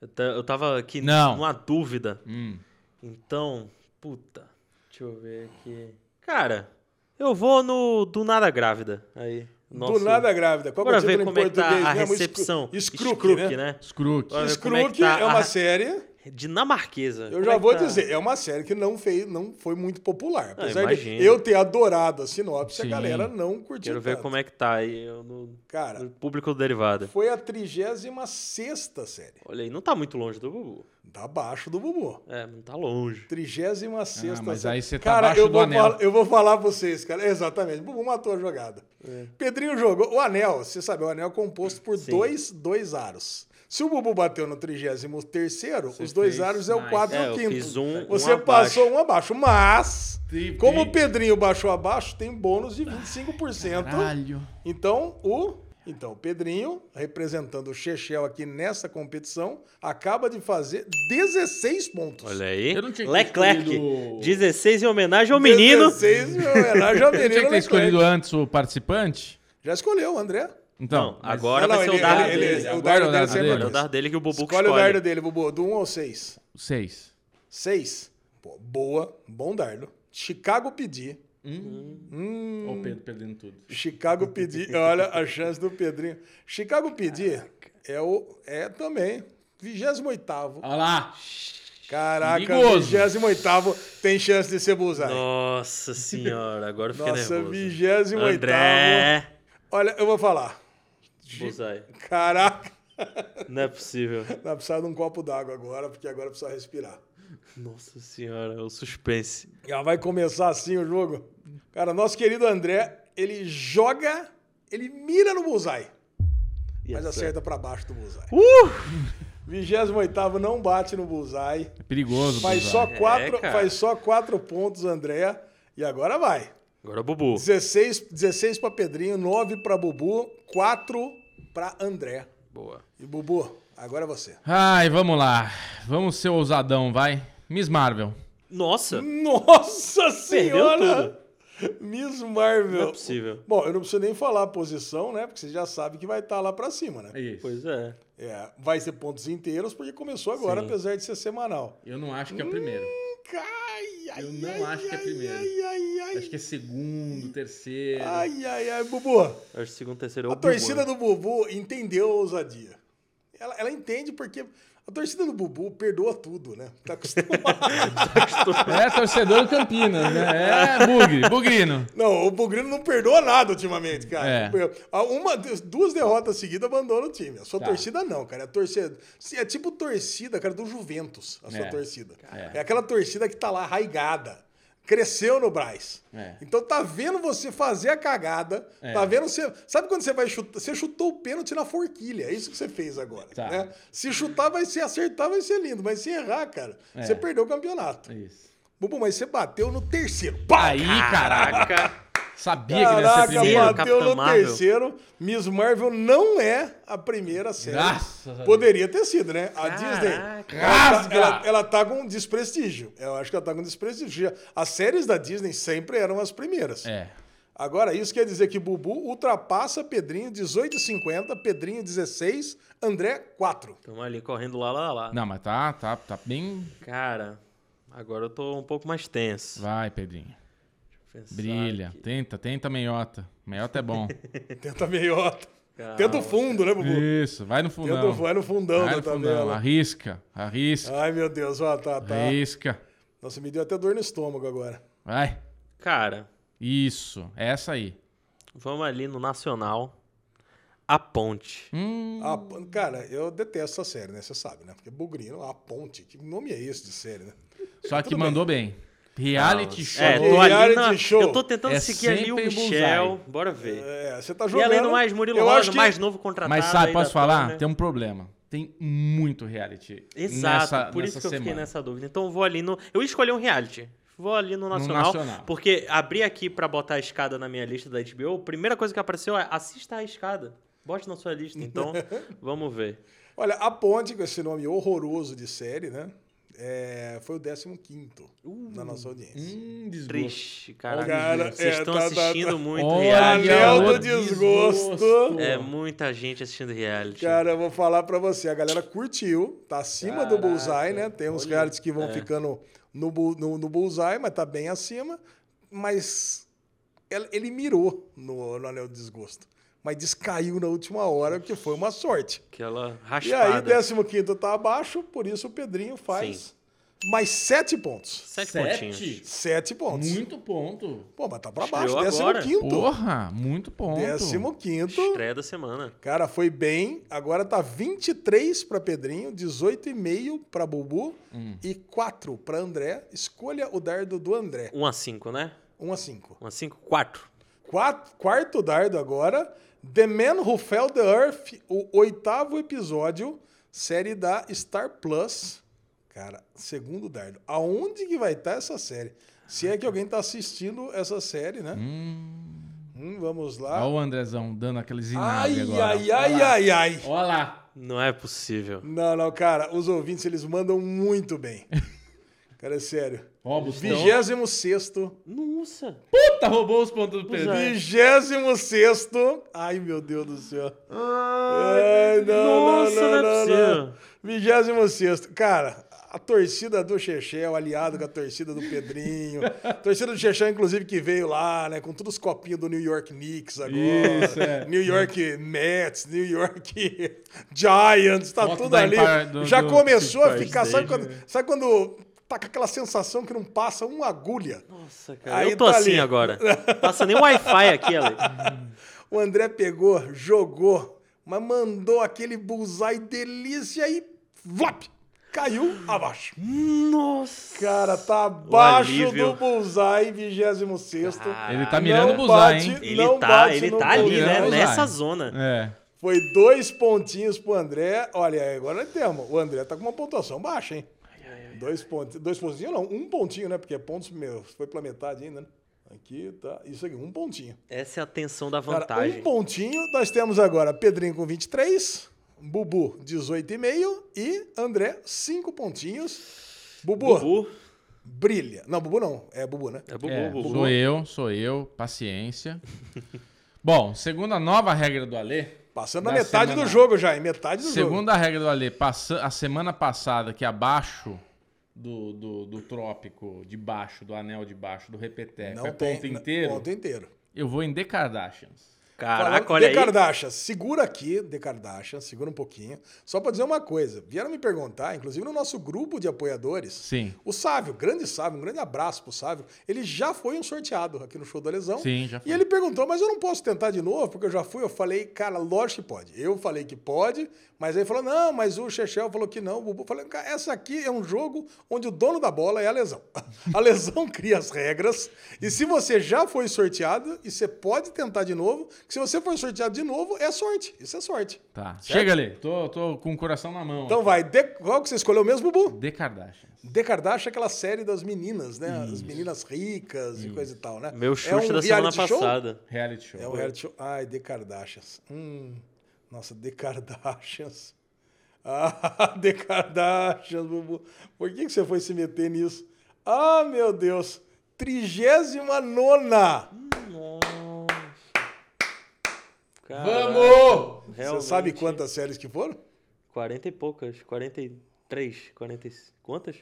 Speaker 5: eu, ta- eu tava aqui
Speaker 3: Não.
Speaker 5: numa dúvida.
Speaker 3: Hum.
Speaker 5: Então, puta. Deixa eu ver aqui. Cara, eu vou no do nada grávida. Aí. nosso-
Speaker 1: do nada grávida. Qual que é o
Speaker 5: Bora ver
Speaker 1: título em
Speaker 5: como é que tá
Speaker 1: português
Speaker 5: a
Speaker 1: mesmo?
Speaker 5: recepção.
Speaker 1: Scrook, né?
Speaker 5: né?
Speaker 3: Scrook.
Speaker 5: Bora ver como é que
Speaker 1: Scrook é,
Speaker 5: tá a
Speaker 1: uma
Speaker 5: re-
Speaker 1: série
Speaker 5: Dinamarquesa.
Speaker 1: Eu
Speaker 5: Como
Speaker 1: já
Speaker 5: é que
Speaker 1: vou
Speaker 5: tá? Ah,
Speaker 1: dizer, é uma série que não, fez, não foi muito popular. Apesar
Speaker 5: imagino.
Speaker 1: de eu ter adorado a sinopse, a
Speaker 3: Sim.
Speaker 1: galera não curtiu
Speaker 5: Quero ver
Speaker 1: tanto.
Speaker 5: como é que tá aí eu no,
Speaker 1: Cara,
Speaker 5: no público do Derivada.
Speaker 1: foi a 36ª série.
Speaker 5: Olha aí, não tá muito longe do Bubu.
Speaker 1: Tá abaixo do Bubu.
Speaker 5: É, não tá longe.
Speaker 1: 36
Speaker 3: Ah, mas aí você tá
Speaker 1: cara,
Speaker 3: abaixo
Speaker 1: eu
Speaker 3: do
Speaker 1: vou
Speaker 3: anel.
Speaker 1: falar- eu vou falar pra vocês, cara. É, Exatamente. Bubu matou a jogada. Pedrinho jogou. O anel, você sabe, o anel é composto por
Speaker 5: É. Sim.
Speaker 1: dois, dois aros. Se o Bubu bateu no 33,
Speaker 3: Você
Speaker 1: os dois
Speaker 3: fez
Speaker 1: aros é o
Speaker 3: nice.
Speaker 1: 4
Speaker 5: É,
Speaker 1: e o
Speaker 5: eu
Speaker 1: 5.
Speaker 5: fiz um- um
Speaker 1: você
Speaker 5: abaixo.
Speaker 1: passou um abaixo. Mas,
Speaker 3: Tem-
Speaker 1: como
Speaker 3: tem-
Speaker 1: o Pedrinho baixou abaixo, tem bônus de 25%.
Speaker 3: Caralho.
Speaker 1: Então, o. Então, o Pedrinho, representando o Chechel aqui nessa competição, acaba de fazer 16 pontos.
Speaker 5: Olha aí.
Speaker 3: Eu não tinha que ter
Speaker 5: Leclerc.
Speaker 3: escolhido-
Speaker 5: 16 em homenagem ao menino.
Speaker 1: 16, meu, é homenagem ao
Speaker 3: Você
Speaker 1: menino
Speaker 3: tinha que ter
Speaker 5: é
Speaker 1: Leclerc.
Speaker 3: escolhido antes o participante?
Speaker 1: né, Já escolheu, o André.
Speaker 3: Então,
Speaker 5: Não,
Speaker 3: mas-
Speaker 5: agora
Speaker 1: Não,
Speaker 5: vai ser
Speaker 1: não,
Speaker 5: o dardo
Speaker 1: ele-
Speaker 5: dele.
Speaker 1: ele- o
Speaker 3: Agora
Speaker 1: dardo
Speaker 3: o
Speaker 1: dele
Speaker 3: dardo
Speaker 1: sempre
Speaker 3: dele. né?
Speaker 5: É o
Speaker 1: dois.
Speaker 5: dardo dele que o Bubu que
Speaker 1: Escolhe
Speaker 5: escolhe.
Speaker 1: o dardo dele, Bubu, do 1 ao 6.
Speaker 3: Seis.
Speaker 1: 6. Pô, boa, bom dardo. Chicago pedir.
Speaker 3: Olha o Pedro perdendo tudo.
Speaker 1: Chicago pedir. Olha a chance do Pedrinho. Chicago pedir é, o, é também 28º.
Speaker 5: Ah,
Speaker 3: Olha lá.
Speaker 1: Caraca,
Speaker 3: Perigoso.
Speaker 1: 28 tem chance de ser bullseye.
Speaker 5: Nossa senhora, agora eu fiquei
Speaker 1: Nossa,
Speaker 5: nervoso.
Speaker 1: 28
Speaker 5: André.
Speaker 1: Olha, eu vou falar.
Speaker 5: Bullseye.
Speaker 1: Caraca,
Speaker 5: Não é possível.
Speaker 1: vai precisar de um copo d'água agora, porque agora precisa respirar.
Speaker 5: Nossa senhora, é o suspense.
Speaker 1: Já vai começar assim o jogo. Cara, nosso querido André, ele joga, ele mira no bullseye,
Speaker 5: E é
Speaker 1: mas acerta pra baixo do bullseye.
Speaker 5: Uh!
Speaker 1: 28 não bate no bullseye,
Speaker 3: É perigoso.
Speaker 1: faz
Speaker 3: Buzar.
Speaker 1: só quatro,
Speaker 5: É, cara.
Speaker 1: faz só quatro pontos, André. E agora vai.
Speaker 5: Agora é o Bubu.
Speaker 1: 16, 16 para Pedrinho, 9 para Bubu, 4 para André.
Speaker 5: Boa.
Speaker 1: E Bubu, agora é você.
Speaker 3: Ai, vamos lá. Vamos ser ousadão, vai. Miss Marvel.
Speaker 5: Nossa, não é
Speaker 1: Nossa senhora! Miss Marvel.
Speaker 5: é possível.
Speaker 1: Bom, eu não preciso nem falar a posição, né? Porque você já sabe que vai estar lá pra cima, né?
Speaker 3: isso.
Speaker 5: Pois é.
Speaker 1: É, vai ser pontos inteiros porque começou agora,
Speaker 5: Sim.
Speaker 1: apesar de ser semanal.
Speaker 3: Eu não acho que é o primeiro.
Speaker 1: Ai, ai,
Speaker 3: Eu não
Speaker 1: ai,
Speaker 3: acho que é
Speaker 1: ai,
Speaker 3: primeiro.
Speaker 1: Ai, ai, ai.
Speaker 3: Acho que é segundo, terceiro.
Speaker 1: Ai, ai, ai, Bubu.
Speaker 5: Acho que segundo, terceiro é o
Speaker 1: A
Speaker 5: Bubu,
Speaker 1: torcida
Speaker 5: né?
Speaker 1: do Bubu entendeu a ousadia. Ela, ela entende porque a torcida do Bubu perdoa tudo, né? Tá acostumado.
Speaker 3: É torcedor do Campinas, né? É bugre, bugrino.
Speaker 1: não, o Bugrino não perdoa nada ultimamente, cara.
Speaker 3: É.
Speaker 1: Ah, Uma, duas derrotas seguidas abandona o time. A sua
Speaker 3: Tá.
Speaker 1: torcida não, cara. É, torcida, é tipo torcida, cara, do Juventus, a sua
Speaker 3: É.
Speaker 1: torcida.
Speaker 3: É.
Speaker 1: É. aquela torcida que tá lá arraigada. Cresceu no Braz.
Speaker 3: É.
Speaker 1: Então tá vendo você fazer a cagada,
Speaker 3: É.
Speaker 1: tá vendo você. Sabe quando você vai chutar? Você chutou o pênalti na forquilha, é isso que você fez agora.
Speaker 3: Tá.
Speaker 1: né? Se chutar, vai ser acertar, vai ser lindo, mas se errar, cara,
Speaker 3: É.
Speaker 1: você perdeu o campeonato.
Speaker 3: Isso.
Speaker 1: Bubu, mas você bateu no terceiro. Pá!
Speaker 3: Aí, caraca.
Speaker 5: Caraca.
Speaker 3: Sabia que não ia ser
Speaker 1: Caraca,
Speaker 3: primeiro.
Speaker 5: mano.
Speaker 1: bateu no
Speaker 5: Capitã Marvel.
Speaker 1: terceiro. Miss Marvel não é a primeira série.
Speaker 3: Graças a Deus.
Speaker 1: Poderia ter sido, né? A
Speaker 5: Caraca.
Speaker 1: Disney. Ela,
Speaker 3: Rasga!
Speaker 1: tá- ela, ela tá com desprestígio. Eu acho que ela tá com desprestígio. As séries da Disney sempre eram as primeiras.
Speaker 3: É.
Speaker 1: Agora, isso quer dizer que Bubu ultrapassa Pedrinho 18,50, Pedrinho 16, André 4.
Speaker 5: Tamo ali correndo lá, lá, lá.
Speaker 3: Não, mas tá, tá, tá bem.
Speaker 5: Cara, agora eu tô um pouco mais tenso.
Speaker 3: Vai, Pedrinho.
Speaker 5: Pensar
Speaker 3: Brilha.
Speaker 5: aqui.
Speaker 3: Tenta, tenta meiota. Meiota é bom.
Speaker 1: Tenta meiota.
Speaker 5: Calma.
Speaker 1: Tenta o fundo, né, Bubu?
Speaker 3: Isso, vai no
Speaker 1: Tenta o
Speaker 3: fundão.
Speaker 1: fundo, é no fundão
Speaker 3: Vai
Speaker 1: da
Speaker 3: no fundão.
Speaker 1: tabela.
Speaker 3: Arrisca, arrisca,
Speaker 1: Ai, meu Deus, ó, tá, tá.
Speaker 3: arrisca.
Speaker 1: Nossa, me deu até dor no estômago agora.
Speaker 3: Vai.
Speaker 5: Cara,
Speaker 3: Isso, é essa aí.
Speaker 5: vamos ali no Nacional. A Ponte.
Speaker 3: Hum,
Speaker 1: A P- cara, eu detesto essa série, né? Você sabe, né? Porque Bugrino, a ponte. Que nome é esse de série, né?
Speaker 3: só
Speaker 5: Tá
Speaker 3: que
Speaker 1: tudo
Speaker 3: mandou bem. Reality show.
Speaker 5: É, tô
Speaker 1: Reality
Speaker 5: ali na...
Speaker 1: show.
Speaker 5: Eu tô tentando
Speaker 3: É
Speaker 5: seguir ali o
Speaker 3: sempre
Speaker 5: Michel.
Speaker 3: bullseye.
Speaker 5: Bora ver.
Speaker 1: É, você tá
Speaker 5: E
Speaker 1: jogando.
Speaker 5: além do mais, Murilo
Speaker 1: eu
Speaker 5: Rosa,
Speaker 1: acho que
Speaker 5: mais novo contratado. né?
Speaker 3: Mas sabe,
Speaker 5: aí tá da
Speaker 3: posso falar?
Speaker 5: Turner.
Speaker 3: Tem um problema. Tem muito reality.
Speaker 5: Exato,
Speaker 3: nessa-
Speaker 5: por isso
Speaker 3: nessa
Speaker 5: que eu fiquei
Speaker 3: semana.
Speaker 5: nessa dúvida. Então eu vou ali no. Eu escolhi um reality. Vou ali no Nacional,
Speaker 3: Nacional.
Speaker 5: Porque abri aqui pra botar a escada na minha lista da HBO. A primeira coisa que apareceu é assista a escada. Bote na sua lista, então vamos ver.
Speaker 1: Olha, a ponte, com esse nome horroroso de série, né? É, foi o 15
Speaker 5: Uh.
Speaker 1: na nossa audiência.
Speaker 3: Hum, desgosto.
Speaker 5: Triste, caralho.
Speaker 1: Cara,
Speaker 5: Vocês
Speaker 1: é,
Speaker 5: estão
Speaker 1: tá, tá,
Speaker 5: assistindo
Speaker 1: tá.
Speaker 5: muito
Speaker 3: Olha,
Speaker 5: reality.
Speaker 1: Anel do
Speaker 3: o
Speaker 1: desgosto.
Speaker 5: É muita gente assistindo reality.
Speaker 1: Cara, eu vou falar pra você, a galera curtiu, tá acima do
Speaker 5: Caraca, É.
Speaker 1: bullseye, né? Tem uns realities que vão ficando no, bu- no, no bullseye, mas tá bem acima. Mas ele, ele mirou no, no Anel do Desgosto. mas descaiu na última hora, que foi uma sorte.
Speaker 5: Aquela
Speaker 1: E aí,
Speaker 5: raspada.
Speaker 1: 15 tá abaixo, por isso o Pedrinho faz mais sete pontos.
Speaker 5: Sete, pontinhos.
Speaker 1: Sete pontos.
Speaker 3: Muito ponto.
Speaker 1: Pô, mas tá pra
Speaker 5: Estreou
Speaker 1: baixo. Décimo
Speaker 5: agora.
Speaker 1: quinto.
Speaker 3: Porra, muito ponto.
Speaker 1: Décimo quinto.
Speaker 5: Estreia da semana.
Speaker 1: Cara, foi bem. Agora tá 23 pra Pedrinho, 18,5 pra Bubu
Speaker 3: Hum.
Speaker 1: e 4 pra André. Escolha o dardo do André.
Speaker 5: Um a cinco, né?
Speaker 1: 1 a 5.
Speaker 5: Um a cinco, quatro.
Speaker 1: Quatro- quarto dardo agora. The Man Who Fell the Earth, o oitavo episódio, série da Star Plus. Cara, segundo dardo. Aonde que vai estar essa série? Se é que alguém tá assistindo essa série, né? Hum, vamos lá.
Speaker 5: tá.
Speaker 3: Olha o Andrezão dando aqueles inaves
Speaker 1: Ai,
Speaker 3: um agora.
Speaker 1: ai, ai, ai, ai.
Speaker 3: Olha lá.
Speaker 5: Não é possível.
Speaker 1: Não, não, cara, os ouvintes eles mandam muito bem. Cara, é sério.
Speaker 3: Ó, Bustão.
Speaker 1: 26
Speaker 5: Nossa.
Speaker 3: Puta, roubou os pontos do Pedro.
Speaker 1: 26 Ai, meu Deus do céu. Ai,
Speaker 5: Nossa, não, é possível.
Speaker 1: 26 Cara, a torcida do Chechel, aliado com a torcida do Pedrinho. torcida do Chechel, inclusive, que veio lá, né? Com todos os copinhos do New York Knicks agora.
Speaker 3: Isso, é.
Speaker 1: New York Mets, New York Giants, tá
Speaker 3: Foto
Speaker 1: tudo
Speaker 3: da
Speaker 1: ali.
Speaker 3: Empire- do-
Speaker 1: Já
Speaker 3: do-
Speaker 1: começou a
Speaker 5: Empire
Speaker 1: ficar, sabe
Speaker 5: State,
Speaker 1: quando, sabe quando tá com aquela sensação que não passa uma agulha?
Speaker 5: Nossa, cara.
Speaker 1: Aí
Speaker 5: eu tô
Speaker 1: tá
Speaker 5: assim
Speaker 1: ali.
Speaker 5: agora. Passa nem Wi-Fi aqui, Ale.
Speaker 1: O André pegou, jogou, mas mandou aquele bullseye delícia e flop! Caiu abaixo.
Speaker 5: Nossa.
Speaker 1: Cara, tá abaixo
Speaker 5: alívio.
Speaker 1: do bullseye, 26.
Speaker 5: Cara,
Speaker 3: Ele tá mirando o bullseye, hein?
Speaker 5: Ele
Speaker 1: não
Speaker 5: tá,
Speaker 1: bate
Speaker 5: ele
Speaker 1: no
Speaker 5: tá ali,
Speaker 1: bullseye.
Speaker 5: né?
Speaker 3: Bullseye.
Speaker 5: Nessa zona.
Speaker 3: É.
Speaker 1: Foi dois pontinhos pro André. Olha, agora temos. O André tá com uma pontuação baixa, hein? Dois pontinhos. Dois pontinhos não, um pontinho, né? Porque é pontos meus. Foi pela metade ainda, né? Aqui tá. Isso aqui, um pontinho.
Speaker 5: Essa é a tensão da
Speaker 1: Cara,
Speaker 5: vantagem.
Speaker 1: um pontinho. Nós temos agora Pedrinho com 23, Bubu 18,5 e André 5 pontinhos. Bubu,
Speaker 5: Bubu.
Speaker 1: brilha. Não, Bubu não. É Bubu, né?
Speaker 5: É Bubu,
Speaker 3: É,
Speaker 5: Bubu.
Speaker 3: Sou eu, sou eu, paciência. Bom, segundo a nova regra do Alê,
Speaker 1: Passando a
Speaker 3: Da
Speaker 1: metade
Speaker 3: semana.
Speaker 1: do jogo já, hein? Metade do jogo.
Speaker 3: segunda regra do Alê, passa- a semana passada que abaixo do, do, do trópico, debaixo do anel debaixo do repeteco, é ponto inteiro,
Speaker 1: Ponto inteiro.
Speaker 3: eu vou em The Kardashians.
Speaker 5: Caraca,
Speaker 1: Falando-
Speaker 5: olha
Speaker 1: The
Speaker 5: aí.
Speaker 1: Kardashian, segura aqui, The Kardashian, segura um pouquinho. Só pra dizer uma coisa, vieram me perguntar, inclusive no nosso grupo de apoiadores,
Speaker 3: Sim,
Speaker 1: o Sávio, grande Sávio, um grande abraço pro Sávio, ele já foi um sorteado aqui no show da Lesão.
Speaker 3: sim, já foi.
Speaker 1: E ele perguntou, mas eu não posso tentar de novo, porque eu já fui. Eu falei, cara, lógico que pode. Eu falei que pode, mas aí ele falou, não, mas o Chechel falou que não. O Bubu falou, cara, essa aqui é um jogo onde o dono da bola é a lesão. A lesão cria as regras, e se você já foi sorteado, e você pode tentar de novo, que se você for sorteado de novo, é sorte. Isso é sorte.
Speaker 3: Tá. Chega ali, tô, tô com o coração na mão.
Speaker 1: Então vai, de, qual que você escolheu mesmo, Bubu?
Speaker 3: The Kardashians.
Speaker 1: The Kardashian é aquela série das meninas, né? As meninas ricas e coisa e tal, né?
Speaker 5: Meu
Speaker 1: é
Speaker 5: chute
Speaker 1: um
Speaker 5: da semana
Speaker 1: reality show?
Speaker 5: passada.
Speaker 3: Reality show.
Speaker 1: É o reality show. Ai, The Kardashians. Hum. Nossa, The Kardashians. Ah, The Kardashians, Bubu. Por que, que você foi se meter nisso? Ah, meu Deus. Trigésima nona.
Speaker 5: Cara,
Speaker 3: Vamos!
Speaker 1: Você
Speaker 5: realmente.
Speaker 1: sabe quantas séries que foram?
Speaker 5: 40 e poucas. 43, 40 e... Quantas?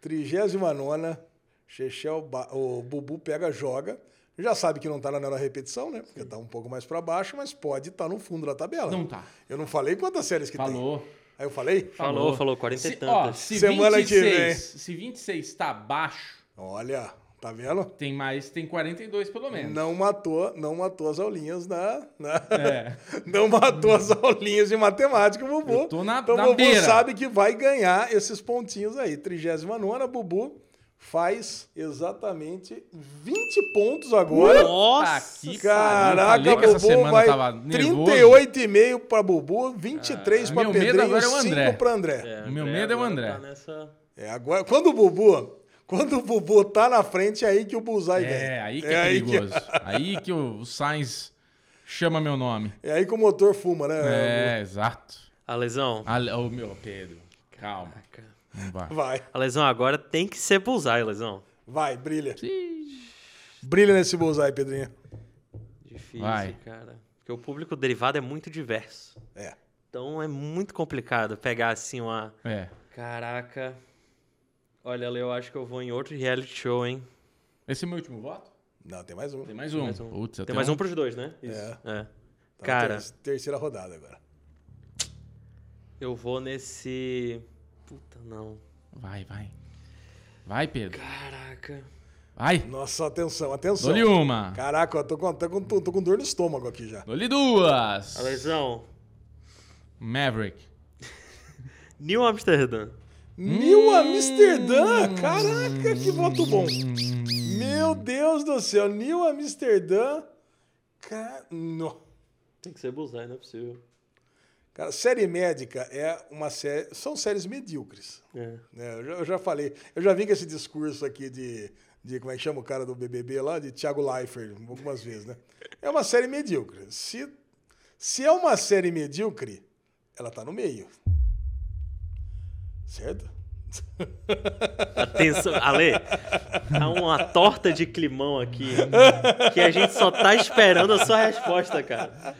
Speaker 1: Trigésima nona. Chechel, ba- o Bubu pega, joga. Já sabe que não tá na nona repetição, né? Porque tá um pouco mais pra baixo, mas pode estar no fundo da tabela.
Speaker 3: Não tá.
Speaker 1: Eu não falei quantas séries que tem.
Speaker 3: Falou.
Speaker 1: Aí eu falei?
Speaker 5: Falou, falou, 40 e
Speaker 3: Se, ó,
Speaker 5: tantas.
Speaker 3: se
Speaker 1: Semana que
Speaker 3: 26,
Speaker 1: vem.
Speaker 3: se 26 tá baixo,
Speaker 1: Olha, tá vendo?
Speaker 3: tem mais, tem 42 pelo menos.
Speaker 1: Não matou, não matou as aulinhas na. na-
Speaker 3: É.
Speaker 1: Não matou as aulinhas de matemática, Bubu.
Speaker 3: Eu tô na-
Speaker 1: então
Speaker 3: na
Speaker 1: Bubu
Speaker 3: beira.
Speaker 1: sabe que vai ganhar esses pontinhos aí. 39 Bubu faz exatamente 20 pontos agora.
Speaker 5: Nossa!
Speaker 3: que
Speaker 1: Caraca,
Speaker 3: pariu. Falei que essa
Speaker 1: Bubu
Speaker 3: semana
Speaker 1: vai
Speaker 3: tava nervoso.
Speaker 1: 38,5 pra Bubu, 23 pra
Speaker 3: meu medo
Speaker 1: Pedrinho,
Speaker 3: agora é o André.
Speaker 1: 5 pra André.
Speaker 5: É,
Speaker 3: O meu medo é o
Speaker 5: agora
Speaker 3: André.
Speaker 5: Tá nessa...
Speaker 1: É. agora, quando o Bubu, quando o Bubu tá na frente, é aí que o Bullseye vem.
Speaker 3: É, aí que é, perigoso. Aí que o Sainz chama meu nome.
Speaker 1: É aí que o motor fuma, né?
Speaker 3: É, exato.
Speaker 5: A lesão.
Speaker 3: Ale- Ô, meu, Pedro, calma. Não vai.
Speaker 1: Vai,
Speaker 5: A Ah, lesão agora tem que ser bullseye, lesão.
Speaker 1: vai, brilha. Brilha nesse bullseye, Pedrinho.
Speaker 5: Difícil,
Speaker 3: Vai.
Speaker 5: cara. Porque o público derivado é muito diverso.
Speaker 1: É.
Speaker 5: Então é muito complicado pegar assim uma.
Speaker 3: É.
Speaker 5: Caraca. Olha, Ale, eu acho que eu vou em outro reality show, hein?
Speaker 3: Esse é o meu último voto?
Speaker 1: Não, tem mais um.
Speaker 3: Tem mais um.
Speaker 5: Mais um.
Speaker 3: Putz, eu
Speaker 5: Tem
Speaker 3: tenho
Speaker 5: mais um pros dois, né?
Speaker 1: É.
Speaker 5: É.
Speaker 1: Tá na
Speaker 5: Cara.
Speaker 1: ter- terceira rodada agora.
Speaker 5: Eu vou nesse. Puta, não.
Speaker 3: Vai, vai. Vai, Pedro.
Speaker 5: Caraca.
Speaker 3: Vai.
Speaker 1: Nossa, atenção, atenção.
Speaker 3: Dou-lhe um. uma.
Speaker 1: Caraca, eu tô com, tô, com, tô com dor no estômago aqui já.
Speaker 3: Dou-lhe duas.
Speaker 5: Alesão,
Speaker 3: Maverick.
Speaker 5: New Amsterdã.
Speaker 1: New Amsterdã! Caraca, que voto bom! Meu Deus do céu, New Amsterdã. Ca- no-
Speaker 5: Tem que ser Bullseye, não é possível.
Speaker 1: Cara, série médica é uma série. São séries medíocres.
Speaker 5: É.
Speaker 1: né? Eu já, eu já falei, eu já vim com esse discurso aqui de, de como é que chama o cara do BBB lá, de Thiago Leifert, algumas vezes, né? É uma série medíocre. Se, se é uma série medíocre, ela tá no meio. Certo?
Speaker 5: Atenção, Ale, tá uma torta de climão aqui que a gente só tá esperando a sua resposta, cara.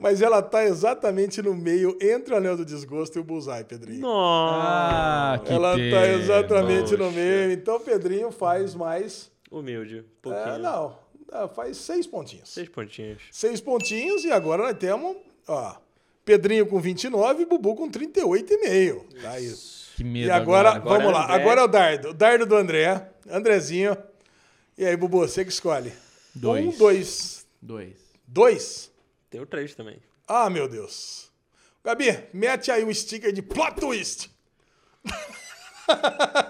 Speaker 1: Mas ela tá exatamente no meio entre o Anel do Desgosto e o Bullseye, Pedrinho.
Speaker 5: Nossa,
Speaker 3: Ah, que
Speaker 1: ela tá
Speaker 3: pena.
Speaker 1: exatamente no
Speaker 5: Poxa.
Speaker 1: meio. Então, Pedrinho faz mais.
Speaker 5: humilde, um pouquinho.
Speaker 1: É, não, Ah, faz seis pontinhos.
Speaker 5: Seis pontinhos.
Speaker 1: Seis pontinhos e agora nós temos, ó, Pedrinho com 29 e Bubu com 38,5. Tá isso.
Speaker 3: Que medo
Speaker 1: E agora,
Speaker 3: agora.
Speaker 5: Agora
Speaker 1: vamos lá.
Speaker 5: André.
Speaker 1: Agora é o dardo. O dardo do André. Andrezinho. E aí, Bubu, você que escolhe.
Speaker 3: Dois.
Speaker 1: Um, dois.
Speaker 3: Dois.
Speaker 1: Dois?
Speaker 5: Tem o três também.
Speaker 1: Ah, meu Deus. Gabi, mete aí um sticker de plot twist.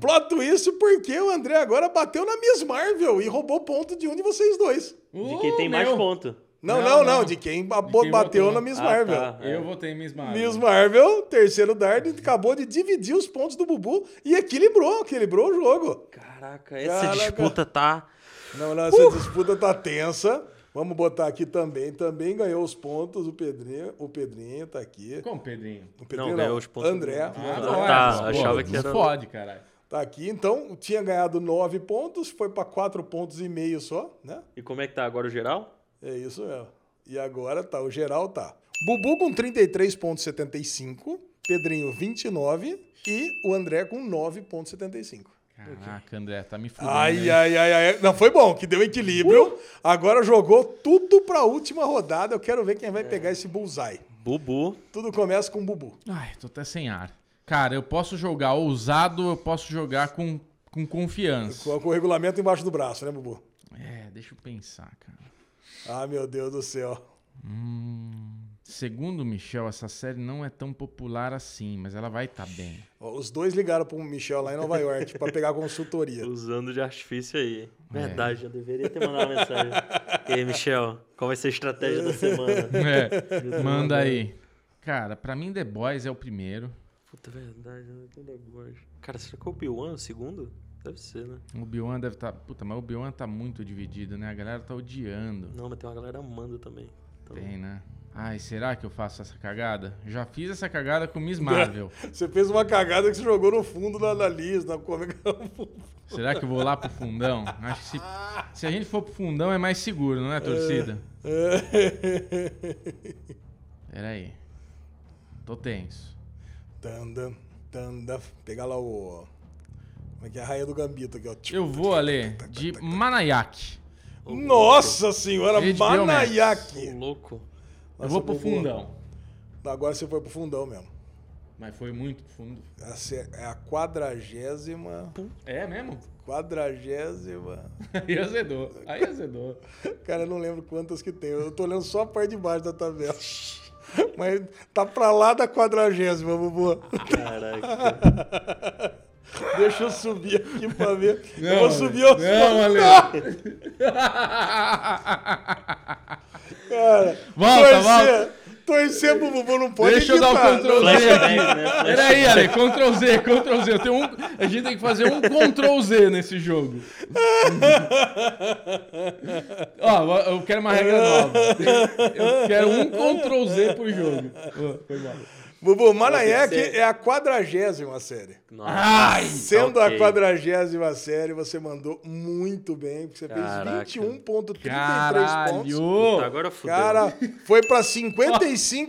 Speaker 1: plot twist porque o André agora bateu na Miss Marvel e roubou ponto de um de vocês dois.
Speaker 5: De quem tem mais ponto.
Speaker 1: Não,
Speaker 3: Não,
Speaker 1: não, não,
Speaker 3: não.
Speaker 1: de quem né? ba-
Speaker 3: quem
Speaker 1: bateu
Speaker 3: votou.
Speaker 1: na Miss
Speaker 5: Ah,
Speaker 1: Marvel.
Speaker 5: tá.
Speaker 3: Eu votei em Miss Marvel.
Speaker 1: Miss Marvel, terceiro dardo, acabou de dividir os pontos do Bubu e equilibrou, equilibrou o jogo.
Speaker 5: Caraca, essa
Speaker 1: Caraca.
Speaker 5: disputa tá.
Speaker 1: Não, não, essa disputa tá tensa. Vamos botar aqui também. Também ganhou os pontos o Pedrinho. O Pedrinho tá aqui.
Speaker 3: Como, Pedrinho?
Speaker 1: O Pedrinho
Speaker 5: Não, ganhou os pontos do
Speaker 1: André.
Speaker 5: Bubu.
Speaker 1: o André
Speaker 5: Ah, tá, achava que era-
Speaker 3: Fode, caralho.
Speaker 1: tá aqui. Então, tinha ganhado nove pontos, foi pra quatro pontos e meio só, né?
Speaker 5: E como é que tá agora o geral?
Speaker 1: É isso mesmo. E agora tá, o geral tá. Bubu com 33,75, Pedrinho 29 e o André com 9,75.
Speaker 3: Caraca, André, tá me fudendo.
Speaker 1: Ai,
Speaker 3: hein?
Speaker 1: ai, ai, ai. Não, foi bom, que deu
Speaker 5: Uh!
Speaker 1: equilíbrio. Agora jogou tudo pra última rodada. Eu quero ver quem
Speaker 5: É.
Speaker 1: vai pegar esse bullseye.
Speaker 5: Bubu.
Speaker 1: Tudo começa com Bubu.
Speaker 3: Ai, tô até sem ar. Cara, eu posso jogar ousado, eu posso jogar com, com confiança.
Speaker 1: Com, com o regulamento embaixo do braço, né, Bubu?
Speaker 3: É, deixa eu pensar, cara.
Speaker 1: Ah, meu Deus do céu.
Speaker 3: Segundo o Michel, essa série não é tão popular assim, mas ela vai tá bem.
Speaker 1: Ó, Os dois ligaram pro Michel lá em Nova York pra pegar consultoria.
Speaker 5: Usando de artifício aí. Verdade, já deveria ter mandado uma mensagem. E aí, Michel, qual vai ser a estratégia da semana?
Speaker 3: É, manda aí. Cara, pra mim The Boys é o primeiro.
Speaker 5: Puta, verdade, não tem negócio. Cara, será que é o Obi-Wan o segundo? Deve ser, né?
Speaker 3: O Obi-Wan deve tá... Puta, mas o Obi-Wan tá muito dividido, né? A galera tá odiando.
Speaker 5: Não, mas tem uma galera amando também. Então,
Speaker 3: Tem, né? Ai, será que eu faço essa cagada? Já fiz essa cagada com Miss Marvel.
Speaker 1: Você fez uma cagada que você jogou no fundo da, da Liz, na cômica.
Speaker 3: Será que eu vou lá pro fundão? Acho que se, se a gente for pro fundão é mais seguro, não é, torcida? Pera aí. Tô tenso.
Speaker 1: Tanda, tanda. Pegar lá o. Como é que é a rainha do gambito aqui, ó?
Speaker 3: Eu vou, Ale, de Manayak.
Speaker 1: Nossa senhora,
Speaker 3: HBO Max.
Speaker 5: Ô,
Speaker 1: Manayak!
Speaker 5: louco.
Speaker 3: Eu
Speaker 1: Nossa,
Speaker 3: vou pro
Speaker 1: Bubu.
Speaker 3: fundão.
Speaker 1: Agora você foi pro fundão mesmo.
Speaker 3: Mas foi muito pro fundo.
Speaker 1: Essa é é a quadragésima.
Speaker 3: É mesmo?
Speaker 1: Quadragésima.
Speaker 3: Aí azedou. Aí azedou.
Speaker 1: Cara, eu não lembro quantas que tem. Eu tô olhando só a parte de baixo da tabela. Mas tá pra lá da quadragésima, Bubu.
Speaker 5: Caraca.
Speaker 1: Deixa eu subir aqui pra ver. eu
Speaker 3: Ale.
Speaker 1: vou subir os
Speaker 3: Não, Ale.
Speaker 1: Cara,
Speaker 3: Volta,
Speaker 1: torcer, torcer pro Bubu não pode
Speaker 3: Deixa eu dar o
Speaker 1: evitar.
Speaker 3: Ctrl
Speaker 1: Não-
Speaker 3: Z
Speaker 5: Flash
Speaker 3: aqui.
Speaker 5: 10, né? Flash
Speaker 3: Peraí, Ale, Ctrl Z, Ctrl Z. Eu tenho um, a gente tem que fazer um Ctrl Z nesse jogo. Ó, eu quero uma regra nova. Eu quero um Ctrl Z por jogo. Ó, Foi mal.
Speaker 1: Bubu, Maranhec
Speaker 5: Pode ser.
Speaker 1: é a quadragésima série.
Speaker 5: Nossa.
Speaker 3: Ai!
Speaker 1: Sendo
Speaker 5: Hum, ok.
Speaker 1: a quadragésima série, você mandou muito bem, porque você
Speaker 5: Caraca.
Speaker 1: fez 21,33 pontos.
Speaker 5: Puta,
Speaker 3: Caralho!
Speaker 5: Então agora fudeu.
Speaker 1: Cara, foi pra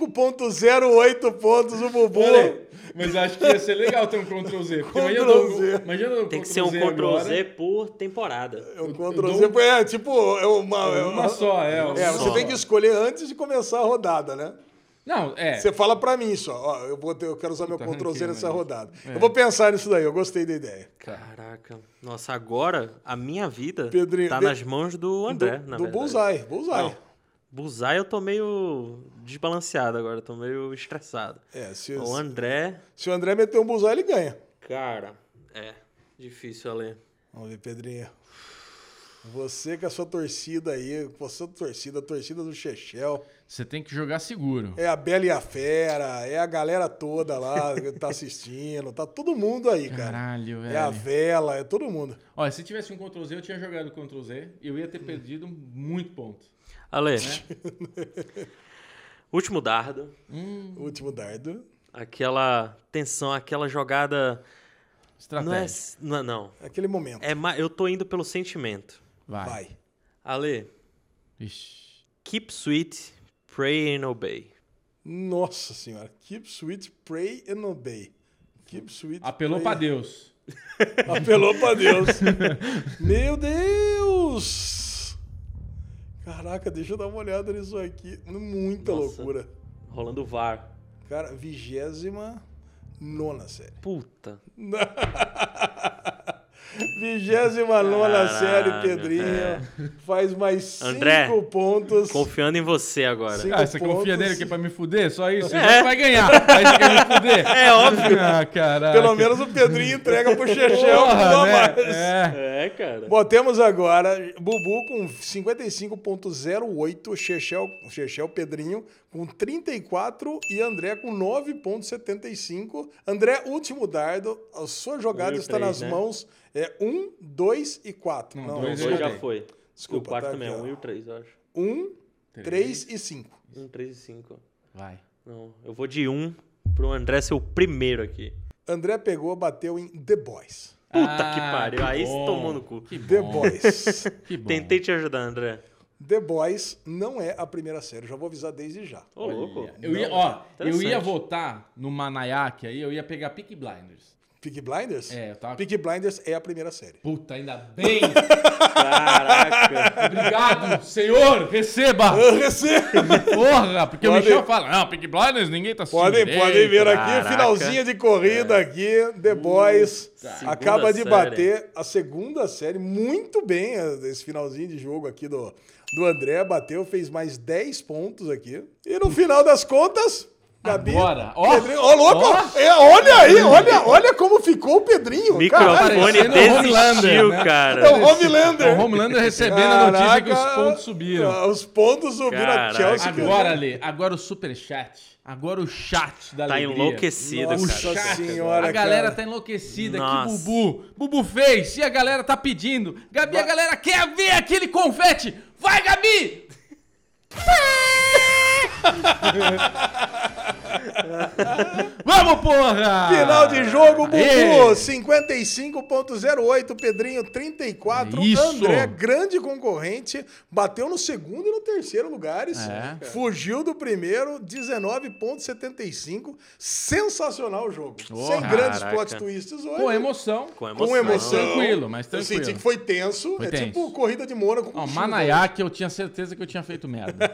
Speaker 1: 55,08 pontos o Bubu.
Speaker 3: Olha, mas acho que ia ser legal ter um Ctrl Z. Porque imagina eu dou um-
Speaker 1: Ctrl Z.
Speaker 3: Imagina eu dou
Speaker 5: Tem que ser um Ctrl
Speaker 3: agora.
Speaker 5: Z por temporada.
Speaker 1: É um Ctrl
Speaker 3: dou
Speaker 1: Z.
Speaker 3: um-
Speaker 1: É, tipo, é uma.
Speaker 3: É
Speaker 1: é
Speaker 3: Uma só, é. uma
Speaker 1: É, você
Speaker 3: só.
Speaker 1: tem que escolher antes de começar a rodada, né?
Speaker 3: Não, é.
Speaker 1: Você fala pra mim só, ó, eu, vou ter- eu quero usar meu
Speaker 3: Puta,
Speaker 1: Ctrl Z
Speaker 3: ranqueia,
Speaker 1: nessa
Speaker 3: mas-
Speaker 1: rodada. Eu vou pensar nisso daí, eu gostei da ideia.
Speaker 5: Caraca. Nossa, agora a minha vida
Speaker 1: Pedrinho,
Speaker 5: tá
Speaker 1: de-
Speaker 5: nas mãos do André, É, na
Speaker 1: Do
Speaker 5: verdade.
Speaker 1: Bullseye, Bullseye.
Speaker 5: Não. Bullseye eu tô meio desbalanceado agora, tô meio estressado.
Speaker 1: É, se,
Speaker 5: O André,
Speaker 1: se o André meter um Bullseye, ele ganha.
Speaker 5: cara, é difícil ali.
Speaker 1: Vamos ver, Pedrinho. Você com a sua torcida aí, com a sua torcida, a torcida do Chechel.
Speaker 3: Você tem que jogar seguro.
Speaker 1: É a Bela e a Fera, é a galera toda lá que tá assistindo, tá todo mundo aí, cara.
Speaker 3: Caralho, velho.
Speaker 1: é a Vela, é todo mundo.
Speaker 3: Olha, se tivesse um Ctrl Z, eu tinha jogado Ctrl Z e eu ia
Speaker 1: Hum.
Speaker 3: ter perdido muito ponto.
Speaker 5: Ale, último dardo,
Speaker 3: Hum,
Speaker 1: Último dardo.
Speaker 5: aquela tensão, aquela jogada. Não é,
Speaker 3: Estratégia.
Speaker 5: não, é- não.
Speaker 1: Aquele momento.
Speaker 5: É, ma- eu tô indo pelo sentimento.
Speaker 3: Vai.
Speaker 1: Vai.
Speaker 5: Ale,
Speaker 3: Ixi.
Speaker 5: keep sweet, pray and obey.
Speaker 1: Nossa senhora. Keep sweet, pray and obey. Keep sweet.
Speaker 3: Apelou pra
Speaker 1: pray-
Speaker 3: Deus.
Speaker 1: Apelou pra Deus. Meu Deus! Caraca, deixa eu dar uma olhada nisso aqui. Muita
Speaker 5: Nossa.
Speaker 1: loucura.
Speaker 5: Rolando o VAR.
Speaker 1: Cara, vigésima nona série.
Speaker 5: Puta.
Speaker 1: Vigésima nona série,
Speaker 5: Caralho,
Speaker 1: Pedrinho.
Speaker 5: é.
Speaker 1: Faz mais cinco
Speaker 5: André,
Speaker 1: pontos.
Speaker 5: Confiando em você agora.
Speaker 1: Sim.
Speaker 3: Ah, você
Speaker 1: pontos.
Speaker 3: confia nele que é pra me fuder? Só isso?
Speaker 5: É.
Speaker 3: Então você vai ganhar. Aí você quer me fuder?
Speaker 5: É óbvio.
Speaker 3: Ah, caralho.
Speaker 1: Pelo menos o Pedrinho entrega pro Chechel
Speaker 3: Porra,
Speaker 1: não
Speaker 3: né?
Speaker 1: mais.
Speaker 3: É.
Speaker 5: É, cara.
Speaker 1: Botemos agora Bubu com 55.08, Chechel, Chechel Pedrinho com 34 e André com 9.75. André, último dardo, a sua jogada
Speaker 5: Número
Speaker 1: está
Speaker 5: três,
Speaker 1: nas
Speaker 5: né?
Speaker 1: mãe. mãos. É 1, 2 e 4.
Speaker 3: Não,
Speaker 1: Não,
Speaker 3: dois
Speaker 5: Dois Um
Speaker 1: desculpa.
Speaker 5: já
Speaker 3: Ok.
Speaker 5: foi.
Speaker 1: Desculpa,
Speaker 5: o quarto
Speaker 1: tá
Speaker 5: também,
Speaker 1: aqui,
Speaker 5: um
Speaker 1: ó.
Speaker 5: e o três, eu acho.
Speaker 1: 1, 3 e 5.
Speaker 5: Um, três e cinco.
Speaker 3: Vai.
Speaker 5: Não, eu vou de um pro André ser o primeiro aqui.
Speaker 1: André pegou, bateu em The Boys.
Speaker 5: Puta
Speaker 3: Ah,
Speaker 5: que pariu. Aí
Speaker 3: bom.
Speaker 5: se tomou no cu.
Speaker 3: Que bom.
Speaker 1: The Boys.
Speaker 3: Que bom.
Speaker 5: Tentei te ajudar, André.
Speaker 1: The Boys não é a primeira série, já vou avisar desde já.
Speaker 5: Ô, louco.
Speaker 3: Eu ia, ó, eu ia
Speaker 5: Interessante.
Speaker 3: votar no Manayak aí, eu ia pegar Peak Blinders.
Speaker 1: Peaky Blinders?
Speaker 3: É, eu tava.
Speaker 1: Peaky Blinders é a primeira série.
Speaker 3: Puta, ainda bem!
Speaker 5: Caraca.
Speaker 3: Obrigado, senhor! Receba!
Speaker 1: Ah, Eu recebo.
Speaker 3: Porra! Porque
Speaker 1: Podem-
Speaker 3: o Michel fala, não, Peak Blinders ninguém tá assistindo.
Speaker 1: Podem,
Speaker 3: direito." É.
Speaker 1: podem ver aqui,
Speaker 5: Caraca.
Speaker 1: finalzinho de corrida aqui, The Boys
Speaker 3: Uh,
Speaker 5: Segunda
Speaker 1: acaba de
Speaker 5: série.
Speaker 1: bater a segunda série, muito bem eh, esse finalzinho de jogo aqui do, do André, bateu, fez mais 10 pontos aqui, e no final das contas, Gabi...
Speaker 3: Agora, ó!
Speaker 1: Pedrinho, ó, louco!
Speaker 3: Ó.
Speaker 1: É, olha aí, olha, olha como ficou o Pedrinho, caralho.
Speaker 5: Microfone
Speaker 3: Parecendo
Speaker 5: desistiu,
Speaker 3: Homelander, né?
Speaker 1: É o
Speaker 5: cara. Tá
Speaker 1: Homelander!
Speaker 3: O Homelander recebendo Tá a notícia que os
Speaker 1: Caraca,
Speaker 3: pontos subiram.
Speaker 1: ah, Os pontos subiram, a
Speaker 5: Caraca.
Speaker 1: Chelsea... ganhou.
Speaker 3: Agora, Ale, agora o superchat. Agora o chat da
Speaker 1: Então,
Speaker 5: Tá
Speaker 3: alegria.
Speaker 5: enlouquecido,
Speaker 1: Nossa
Speaker 5: cara.
Speaker 1: senhora,
Speaker 3: a galera
Speaker 1: cara.
Speaker 3: tá enlouquecida.
Speaker 5: Nossa.
Speaker 3: Que Bubu. Bubu fez. E a galera tá pedindo. Gabi, a galera quer ver aquele confete. Vai, Gabi! Vamos, porra!
Speaker 1: Final de jogo, Bubu,
Speaker 3: Aê!
Speaker 1: 55.08, Pedrinho 34,
Speaker 3: É isso.
Speaker 1: André, grande concorrente, bateu no segundo e no terceiro lugares,
Speaker 3: É.
Speaker 1: fugiu do primeiro, 19.75, sensacional o jogo,
Speaker 3: Oh,
Speaker 1: sem grandes
Speaker 5: caraca.
Speaker 1: plot twists hoje.
Speaker 3: Com emoção.
Speaker 5: Com emoção.
Speaker 1: Com emoção.
Speaker 3: Tranquilo, mas
Speaker 1: Eu senti
Speaker 3: tranquilo.
Speaker 1: que foi tenso,
Speaker 3: Foi
Speaker 1: é
Speaker 3: tenso.
Speaker 1: tipo corrida de Mônaco. com
Speaker 3: Ó,
Speaker 1: chuva.
Speaker 3: Manayak, eu tinha certeza que eu tinha feito merda.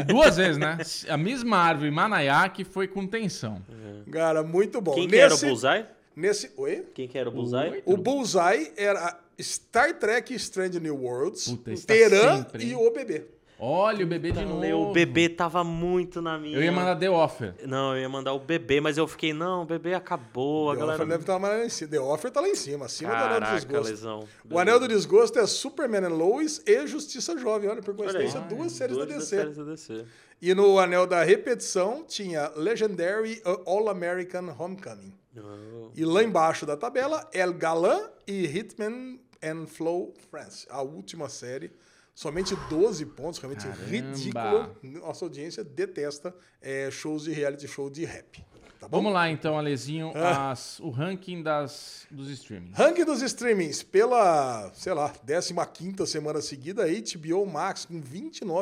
Speaker 3: E duas vezes, né? A mesma árvore Manayak foi com tensão.
Speaker 1: Cara, muito bom.
Speaker 5: Quem que era o
Speaker 1: nesse,
Speaker 5: Bullseye?
Speaker 1: nesse, oi?
Speaker 5: Quem que era o Bullseye?
Speaker 1: O Bullseye era Star Trek Strange New Worlds,
Speaker 3: Puta, está
Speaker 1: Teran
Speaker 3: sempre,
Speaker 1: e
Speaker 3: hein?
Speaker 1: o bebê.
Speaker 3: Olha o bebê de
Speaker 5: Ale,
Speaker 3: novo.
Speaker 5: O bebê tava muito na minha.
Speaker 3: Eu ia mandar The Offer.
Speaker 5: Não, eu ia mandar o bebê, mas eu fiquei, não, o bebê acabou, a
Speaker 1: The
Speaker 5: galera.
Speaker 1: Offer deve estar mais lá em cima. The Offer tá lá em cima, acima do Anel do
Speaker 5: Caraca,
Speaker 1: Desgosto.
Speaker 5: lesão.
Speaker 1: O Anel do Desgosto é Superman and Lois e Justiça Jovem. Olha, por coincidência, é duas séries da DC.
Speaker 5: séries da DC.
Speaker 1: E no Anel da Repetição tinha Legendary All-American Homecoming.
Speaker 5: Não.
Speaker 1: E lá embaixo da tabela, El Galan e Hitman and Flow France. A última série. Somente 12 pontos, realmente
Speaker 3: Caramba.
Speaker 1: eh, ridículo. Nossa audiência detesta é, shows de reality show de rap. Tá bom? Ah.
Speaker 3: Vamos lá então, Alezinho, as- o ranking das, dos streamings.
Speaker 1: Ranking dos streamings pela, sei lá, 15ª semana seguida, HBO Max com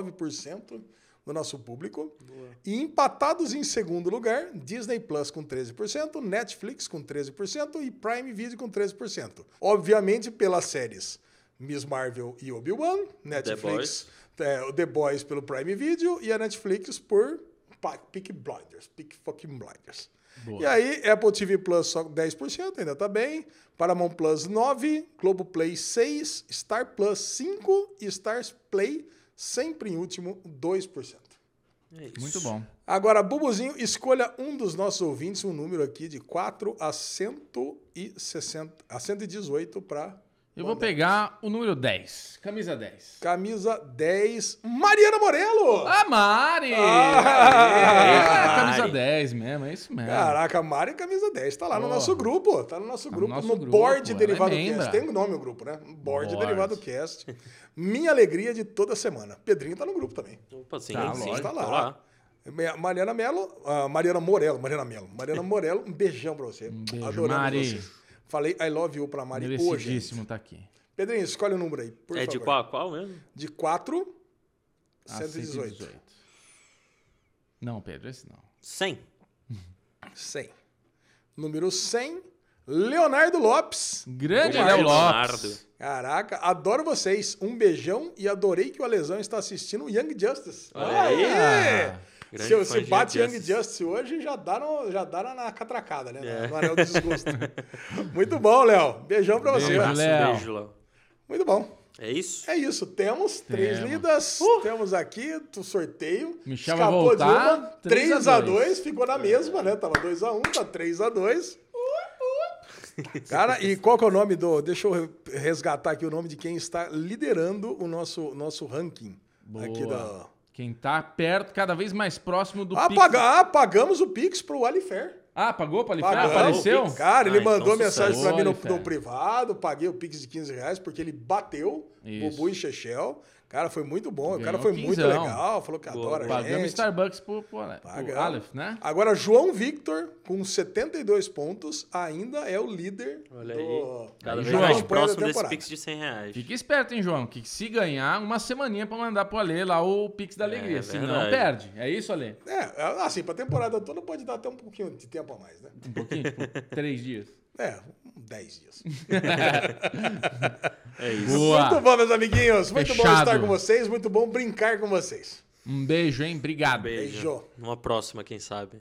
Speaker 1: 29% do nosso público. E empatados em segundo lugar, Disney Plus com 13%, Netflix com 13% e Prime Video com 13%. Obviamente pelas séries Miss Marvel e Obi-Wan, Netflix, é, o The Boys pelo Prime Video e a Netflix por Pa- Peak Blinders, Peak fucking Blinders.
Speaker 3: Boa.
Speaker 1: E aí, Apple TV Plus só 10%, ainda tá bem. Paramount Plus 9, Globoplay 6, Star Plus 5 e Stars Play sempre em último 2%.
Speaker 5: é
Speaker 3: Muito bom.
Speaker 1: Agora, Bubuzinho, escolha um dos nossos ouvintes, um número aqui de 4 a 160, a 118 para
Speaker 3: Eu vou pegar o número 10, camisa 10.
Speaker 1: camisa 10, Mariana Morello.
Speaker 3: A Mari!
Speaker 1: Ah!
Speaker 3: Aê! camisa
Speaker 5: Mari.
Speaker 3: 10 mesmo, é isso mesmo.
Speaker 1: Caraca, Mari camisa 10 tá lá no
Speaker 3: Porra.
Speaker 1: nosso grupo. Tá no nosso
Speaker 3: no
Speaker 1: grupo,
Speaker 3: nosso
Speaker 1: no
Speaker 3: grupo,
Speaker 1: board
Speaker 3: ela é
Speaker 1: Derivado
Speaker 3: membra.
Speaker 1: Cast. Tem o nome o grupo, né? Board,
Speaker 3: Board.
Speaker 1: Derivado Cast. Minha alegria de toda semana. Pedrinho tá no grupo também.
Speaker 5: Opa, sim,
Speaker 3: Tá,
Speaker 5: sim,
Speaker 3: lógico,
Speaker 1: tá
Speaker 5: tá
Speaker 1: lá.
Speaker 5: lá.
Speaker 1: Me- Mariana Melo, ah, Mariana Morello, Mariana Melo, Mariana Morello, um beijão pra você.
Speaker 3: beijo,
Speaker 1: Adorando
Speaker 3: Mari.
Speaker 1: você. Falei I love you pra Mari hoje.
Speaker 3: Merecidíssimo tá aqui.
Speaker 1: Pedrinho, escolhe o número aí, por
Speaker 5: É
Speaker 1: favor.
Speaker 5: de qual a qual mesmo?
Speaker 1: De 4
Speaker 3: A
Speaker 1: 118.
Speaker 3: 118. Não, Pedro, esse não.
Speaker 5: 100.
Speaker 1: 100. Número 100, Leonardo Lopes.
Speaker 3: Grande
Speaker 1: Leonardo.
Speaker 3: Léo Lopes.
Speaker 5: Leonardo.
Speaker 1: Caraca, adoro vocês. Um beijão e adorei que o Alesão está assistindo Young Justice.
Speaker 5: Olha aí.
Speaker 1: Aê!
Speaker 5: Grande
Speaker 1: se,
Speaker 5: fã
Speaker 1: se
Speaker 5: de
Speaker 1: bate
Speaker 5: Young
Speaker 1: Young
Speaker 5: Justice.
Speaker 1: Justice hoje, já dá, no- já dá na, na catracada, né?
Speaker 5: É.
Speaker 1: No anel do desgosto. Muito bom, Léo. Beijão pra você.
Speaker 3: Beijo,
Speaker 5: Abraço,
Speaker 3: Léo.
Speaker 5: beijo, Léo.
Speaker 1: Muito bom.
Speaker 5: É isso?
Speaker 1: É isso. Temos três
Speaker 3: Temos.
Speaker 1: lidas. Temos aqui o sorteio.
Speaker 3: Michel vai
Speaker 1: Escapou de
Speaker 3: voltar,
Speaker 1: uma.
Speaker 3: três
Speaker 1: 3
Speaker 3: a
Speaker 1: a
Speaker 3: dois.
Speaker 1: 2 Ficou na mesma, né? Tava 2 a 1 tá 3 a 2 Cara, e qual que é o nome do. Deixa eu re- resgatar aqui o nome de quem está liderando o nosso, nosso ranking.
Speaker 3: Boa.
Speaker 1: Aqui da.
Speaker 3: Quem tá perto, cada vez mais próximo do
Speaker 1: Apaga, ah, pagamos o Pix pro Alifer.
Speaker 3: Ah, pagou pra Alifé?
Speaker 1: Pagamos.
Speaker 3: Apareceu?
Speaker 5: Pix.
Speaker 1: Cara, ele
Speaker 5: Ah,
Speaker 1: mandou
Speaker 5: então sucesso.
Speaker 1: mensagem pra mim no,
Speaker 3: Olha, cara.
Speaker 1: no privado, paguei o Pix de 15 reais, porque ele bateu
Speaker 3: Isso.
Speaker 1: Bubu e Chechel. Cara, foi muito bom. o cara
Speaker 3: Ganhou
Speaker 1: foi muito
Speaker 3: quinzão.
Speaker 1: legal, falou que
Speaker 5: Boa,
Speaker 1: adora a
Speaker 3: Pagamos
Speaker 1: gente.
Speaker 3: Starbucks pro, pro, Ale- pro
Speaker 1: Pagamos.
Speaker 3: Aleph, né?
Speaker 1: Agora, João Victor, com 72 pontos, ainda é o líder
Speaker 5: Olha
Speaker 1: do...
Speaker 5: aí. Cada
Speaker 3: Aí,
Speaker 5: vez
Speaker 3: João.
Speaker 5: mais
Speaker 1: campanha da
Speaker 5: próximo desse
Speaker 1: temporada.
Speaker 5: Pix de 100 reais.
Speaker 3: Fica esperto, hein, João? Que se ganhar, uma semaninha pra mandar pro Ale lá o Pix da Alegria. Se não,
Speaker 5: verdade.
Speaker 3: perde. É isso, Ale?
Speaker 1: É, assim, pra temporada toda pode dar até um pouquinho de tempo a mais, né?
Speaker 3: Um pouquinho, tipo, três dias.
Speaker 1: É, um 10 dias.
Speaker 5: É isso.
Speaker 1: Muito
Speaker 3: Boa!
Speaker 1: bom, meus amiguinhos. Muito bom
Speaker 3: Fechado.
Speaker 1: estar com vocês, muito bom brincar com vocês.
Speaker 3: Um beijo, hein? Obrigado.
Speaker 5: Beijo.
Speaker 1: Beijo.
Speaker 5: Numa próxima, quem sabe.